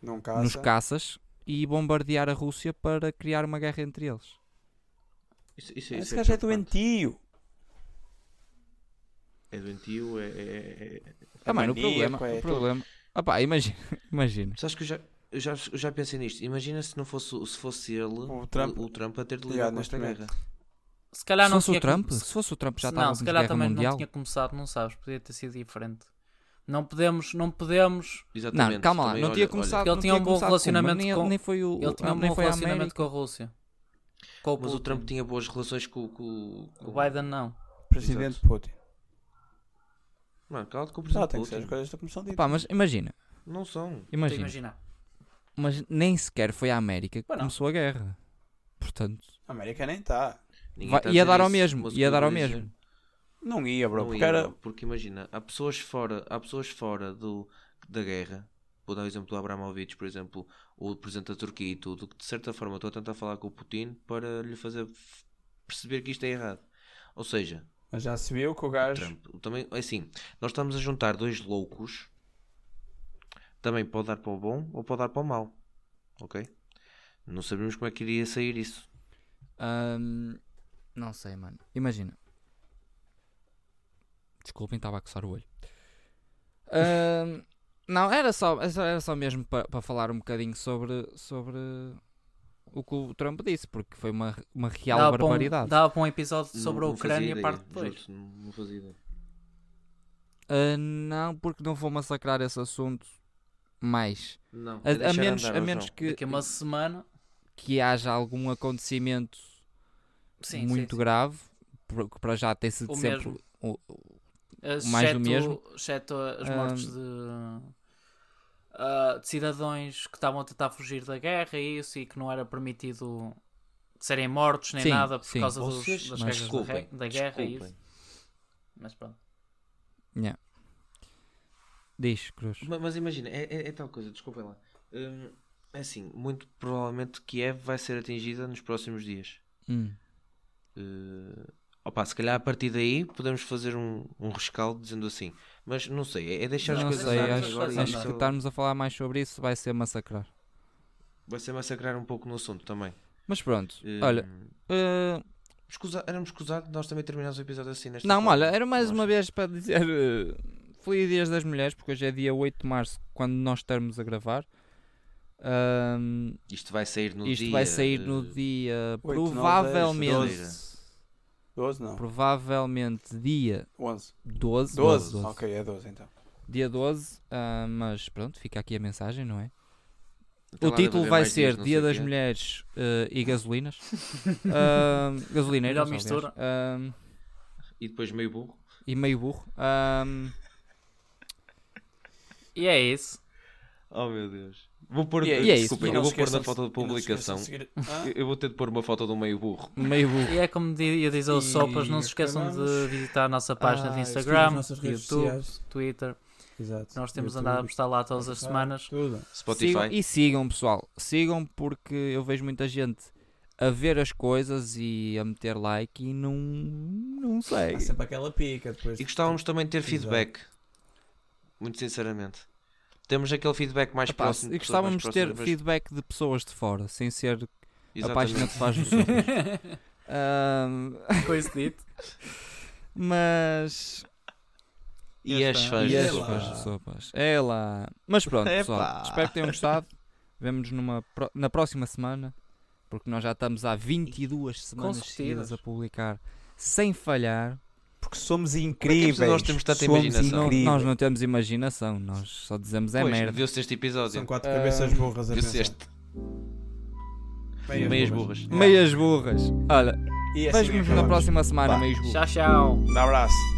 [SPEAKER 4] Não caça.
[SPEAKER 2] nos caças e bombardear a Rússia para criar uma guerra entre eles.
[SPEAKER 3] Isso, isso,
[SPEAKER 4] Esse gajo é doentio.
[SPEAKER 3] É doentio, é.
[SPEAKER 2] Ah, mano, o
[SPEAKER 4] maníaco,
[SPEAKER 2] problema.
[SPEAKER 4] é
[SPEAKER 2] O
[SPEAKER 4] tudo.
[SPEAKER 2] problema. Ah, pá, imagina. imagina.
[SPEAKER 3] Sabes que eu já, eu já, eu já pensei nisto. Imagina se não fosse, o- se fosse ele,
[SPEAKER 4] O Trump.
[SPEAKER 3] Trump a ter de
[SPEAKER 4] Ligado
[SPEAKER 3] lidar com
[SPEAKER 4] neste
[SPEAKER 3] esta
[SPEAKER 4] momento.
[SPEAKER 3] guerra.
[SPEAKER 5] Se calhar
[SPEAKER 2] se
[SPEAKER 5] não
[SPEAKER 2] fosse o
[SPEAKER 5] tinha
[SPEAKER 2] Trump,
[SPEAKER 5] com-
[SPEAKER 2] se fosse o Trump já
[SPEAKER 5] não,
[SPEAKER 2] estávamos
[SPEAKER 5] se
[SPEAKER 2] em
[SPEAKER 5] calhar
[SPEAKER 2] guerra
[SPEAKER 5] também não
[SPEAKER 2] mundial.
[SPEAKER 5] tinha começado, não sabes, podia ter sido diferente. Não podemos, não podemos.
[SPEAKER 3] Exatamente.
[SPEAKER 2] calma lá,
[SPEAKER 3] Também,
[SPEAKER 2] não
[SPEAKER 3] olha-
[SPEAKER 2] tinha
[SPEAKER 3] olha,
[SPEAKER 2] começado.
[SPEAKER 5] Ele
[SPEAKER 2] não
[SPEAKER 5] tinha um bom
[SPEAKER 2] começado com uma,
[SPEAKER 5] relacionamento
[SPEAKER 2] nem,
[SPEAKER 5] com-
[SPEAKER 2] nem foi o,
[SPEAKER 5] Ele tinha um
[SPEAKER 2] nem
[SPEAKER 5] bom
[SPEAKER 2] foi a América.
[SPEAKER 5] relacionamento com a Rússia. Com o
[SPEAKER 3] Mas o
[SPEAKER 5] Putin.
[SPEAKER 3] Trump tinha boas relações com, com,
[SPEAKER 5] O
[SPEAKER 3] com...
[SPEAKER 5] Biden não.
[SPEAKER 4] Presidente
[SPEAKER 3] Exato.
[SPEAKER 4] Putin.
[SPEAKER 3] Mano, cala-te com o
[SPEAKER 4] Não,
[SPEAKER 3] presidente
[SPEAKER 4] tem que ser as
[SPEAKER 3] Putin.
[SPEAKER 4] coisas da Comissão de
[SPEAKER 2] Pá, mas imagina,
[SPEAKER 3] Não são.
[SPEAKER 5] Estou a
[SPEAKER 2] imagina.
[SPEAKER 5] imaginar.
[SPEAKER 2] Mas nem sequer foi a América que
[SPEAKER 5] Pois não.
[SPEAKER 2] começou a guerra. Portanto,
[SPEAKER 4] A América nem está.
[SPEAKER 3] Ninguém
[SPEAKER 2] vai-
[SPEAKER 3] tá a
[SPEAKER 2] ia
[SPEAKER 3] dizer
[SPEAKER 2] dar ao
[SPEAKER 3] isso,
[SPEAKER 2] mesmo.
[SPEAKER 3] mas o
[SPEAKER 2] Ia
[SPEAKER 3] que
[SPEAKER 2] dar
[SPEAKER 3] eu
[SPEAKER 2] ao
[SPEAKER 3] vou dizer-
[SPEAKER 2] mesmo.
[SPEAKER 4] Não ia, bro.
[SPEAKER 3] Não
[SPEAKER 4] porque
[SPEAKER 3] ia,
[SPEAKER 4] era.
[SPEAKER 3] bro, porque imagina, há pessoas fora, há pessoas fora do, da guerra. Vou dar o exemplo do Abramovich, por exemplo, o presidente da Turquia e tudo, que de certa forma estou a tentar falar com o Putin para lhe fazer f- perceber que isto é errado. Ou seja,
[SPEAKER 4] Mas já se viu que o gajo.
[SPEAKER 3] Trump. Também, é assim, nós estamos a juntar dois loucos. Também pode dar para o bom ou pode dar para o mau. Ok? Não sabemos como é que iria sair isso.
[SPEAKER 2] Ahm, hum, não sei, mano. Imagina. Desculpem, estava a coçar o olho. Ahm, não, era só, era só mesmo para falar um bocadinho sobre, sobre o que o Trump disse, porque foi uma, uma real
[SPEAKER 5] Dava para um-
[SPEAKER 2] barbaridade.
[SPEAKER 5] Dava para um episódio sobre
[SPEAKER 3] Não-
[SPEAKER 5] a
[SPEAKER 3] não fazia
[SPEAKER 5] Ucrânia,
[SPEAKER 3] ideia,
[SPEAKER 5] parte 2.
[SPEAKER 3] juro-te, Não, não fazia ideia.
[SPEAKER 2] Ah, não, porque não vou massacrar esse assunto mais.
[SPEAKER 3] Não,
[SPEAKER 2] A,
[SPEAKER 3] é
[SPEAKER 2] a
[SPEAKER 3] deixar
[SPEAKER 2] menos,
[SPEAKER 3] andar,
[SPEAKER 2] a
[SPEAKER 3] ó,
[SPEAKER 2] menos
[SPEAKER 3] João.
[SPEAKER 2] que,
[SPEAKER 5] Daqui a uma semana.
[SPEAKER 2] que haja algum acontecimento
[SPEAKER 5] Sim,
[SPEAKER 2] muito
[SPEAKER 5] sim,
[SPEAKER 2] grave, por- que para já tem sido
[SPEAKER 5] O
[SPEAKER 2] sempre
[SPEAKER 5] mesmo.
[SPEAKER 2] o- o-
[SPEAKER 5] sim.
[SPEAKER 2] mais do
[SPEAKER 5] Eh, Exceto-
[SPEAKER 2] mesmo.
[SPEAKER 5] Exceto as
[SPEAKER 2] Ah,
[SPEAKER 5] mortes de, ah, de cidadãos que estavam a tentar fugir da guerra e isso, e que não era permitido serem mortos nem
[SPEAKER 2] Sim,
[SPEAKER 5] nada por
[SPEAKER 2] sim.
[SPEAKER 5] causa dos,
[SPEAKER 3] Vocês,
[SPEAKER 5] das
[SPEAKER 2] mas
[SPEAKER 5] regras da,
[SPEAKER 3] desculpem,
[SPEAKER 5] re- da guerra
[SPEAKER 2] é
[SPEAKER 5] e
[SPEAKER 3] desculpem.
[SPEAKER 5] isso. Mas pronto.
[SPEAKER 2] Yeah. Diz, Cruz.
[SPEAKER 3] Ma- Mas, imagina, é, é- é tal coisa, desculpem lá. Hum, é assim, muito provavelmente Kiev vai ser atingida nos próximos dias.
[SPEAKER 2] Hum.
[SPEAKER 3] Eh, opa, se calhar a partir daí podemos fazer um, um rescaldo dizendo assim. Mas não sei, é, é deixar as
[SPEAKER 2] Não
[SPEAKER 3] coisas
[SPEAKER 2] sei,
[SPEAKER 3] andarem
[SPEAKER 2] acho,
[SPEAKER 3] agora e
[SPEAKER 2] acho
[SPEAKER 3] isto
[SPEAKER 2] que estarmos a falar mais sobre isso vai ser massacrar.
[SPEAKER 3] vai ser massacrar um pouco no assunto também.
[SPEAKER 2] Mas pronto,
[SPEAKER 3] Eh,
[SPEAKER 2] olha. eh,
[SPEAKER 3] escusa, era escusado nós também terminarmos o episódio assim nesta
[SPEAKER 2] não,
[SPEAKER 3] forma.
[SPEAKER 2] olha, era mais
[SPEAKER 3] Não
[SPEAKER 2] uma
[SPEAKER 3] acho.
[SPEAKER 2] vez para dizer eh, Feliz Dias das Mulheres, porque hoje é dia 8 de março, quando nós estamos a gravar. Ahm,
[SPEAKER 3] Isto vai sair no
[SPEAKER 2] isto
[SPEAKER 3] dia.
[SPEAKER 2] vai sair
[SPEAKER 3] eh,
[SPEAKER 2] no dia
[SPEAKER 4] oito, nove,
[SPEAKER 2] provavelmente.
[SPEAKER 3] dez, doze.
[SPEAKER 4] 12, não.
[SPEAKER 2] provavelmente dia
[SPEAKER 4] 11.
[SPEAKER 2] 12.
[SPEAKER 4] 12.
[SPEAKER 2] doze, doze.
[SPEAKER 4] Ok, é 12 então.
[SPEAKER 2] Dia 12, ah, mas pronto, fica aqui a mensagem, não é? O
[SPEAKER 3] Acabado de
[SPEAKER 2] título
[SPEAKER 3] beber
[SPEAKER 2] vai
[SPEAKER 3] mais dias,
[SPEAKER 2] ser
[SPEAKER 3] não
[SPEAKER 2] Dia
[SPEAKER 3] sei o
[SPEAKER 2] das
[SPEAKER 3] quê.
[SPEAKER 2] Mulheres eh, e Gasolinas. Ahm, gasolineiras,
[SPEAKER 5] Melhor
[SPEAKER 2] aliás.
[SPEAKER 5] mistura.
[SPEAKER 2] Ahm,
[SPEAKER 3] E depois meio burro.
[SPEAKER 2] e meio burro. Ahm,
[SPEAKER 5] E é isso.
[SPEAKER 3] Oh meu Deus. Vou pôr.
[SPEAKER 4] E é
[SPEAKER 2] isso.
[SPEAKER 3] desculpem,
[SPEAKER 2] E
[SPEAKER 3] eu
[SPEAKER 2] não
[SPEAKER 3] vou pôr na
[SPEAKER 4] esqueçam de-
[SPEAKER 3] foto de
[SPEAKER 4] e não se esqueçam de
[SPEAKER 3] publicação.
[SPEAKER 4] seguir- Ah?
[SPEAKER 3] Eu- Eu vou ter de pôr uma foto de um meio burro.
[SPEAKER 2] meio burro.
[SPEAKER 5] E é como dia diz o
[SPEAKER 1] E
[SPEAKER 5] Sopas, não se esqueçam de
[SPEAKER 1] acabamos.
[SPEAKER 5] visitar a nossa página de
[SPEAKER 1] Ah, seguir as
[SPEAKER 5] Instagram,
[SPEAKER 1] nossas redes
[SPEAKER 5] YouTube,
[SPEAKER 1] sociais.
[SPEAKER 5] Twitter.
[SPEAKER 1] Exato.
[SPEAKER 5] Nós temos
[SPEAKER 1] YouTube,
[SPEAKER 5] andado a postar lá todas as
[SPEAKER 1] Spotify,
[SPEAKER 5] semanas.
[SPEAKER 1] Tudo.
[SPEAKER 3] Spotify.
[SPEAKER 2] Sigam- e sigam, pessoal. Sigam porque eu vejo muita gente a ver as coisas e a meter like e não, não sei.
[SPEAKER 1] Há sempre aquela pica depois.
[SPEAKER 3] E gostávamos também de ter
[SPEAKER 1] Exato.
[SPEAKER 3] feedback. Muito sinceramente. Temos aquele feedback mais
[SPEAKER 2] Epá,
[SPEAKER 3] próximo.
[SPEAKER 2] e gostávamos de
[SPEAKER 3] mais
[SPEAKER 2] ter
[SPEAKER 3] próximo, mas-
[SPEAKER 2] feedback de pessoas de fora, sem ser a
[SPEAKER 3] Exatamente.
[SPEAKER 2] página que faz os outros. Ahm,
[SPEAKER 5] Com isso dito.
[SPEAKER 2] mas.
[SPEAKER 3] E as fãs.
[SPEAKER 2] E
[SPEAKER 1] é
[SPEAKER 2] as
[SPEAKER 1] lá.
[SPEAKER 2] fãs de sopas. É lá. Mas pronto,
[SPEAKER 3] É
[SPEAKER 2] pessoal.
[SPEAKER 3] pá.
[SPEAKER 2] Espero que tenham gostado. Vemos numa pro- na próxima semana, porque nós já estamos há 22 semanas
[SPEAKER 5] Consecutivas.
[SPEAKER 2] seguidas a publicar sem falhar.
[SPEAKER 4] Porque somos
[SPEAKER 3] incríveis.
[SPEAKER 4] incríveis.
[SPEAKER 3] é nós temos tanta
[SPEAKER 4] somos
[SPEAKER 3] imaginação?
[SPEAKER 2] Não-
[SPEAKER 4] Incríveis.
[SPEAKER 2] nós não temos imaginação, nós só dizemos é
[SPEAKER 3] Pois,
[SPEAKER 2] merda.
[SPEAKER 3] Viu-se este
[SPEAKER 1] São
[SPEAKER 3] episódio.
[SPEAKER 1] quatro
[SPEAKER 2] Ah,
[SPEAKER 1] cabeças burras a
[SPEAKER 3] Viu-se
[SPEAKER 1] pensar.
[SPEAKER 3] este. Meias burras.
[SPEAKER 2] Meias burras. Olha,
[SPEAKER 4] E assim é
[SPEAKER 2] vejo-nos na
[SPEAKER 1] é assim,
[SPEAKER 4] acabamos.
[SPEAKER 2] próxima semana,
[SPEAKER 4] Vá.
[SPEAKER 2] meias burras.
[SPEAKER 5] Tchau, tchau.
[SPEAKER 4] Um abraço.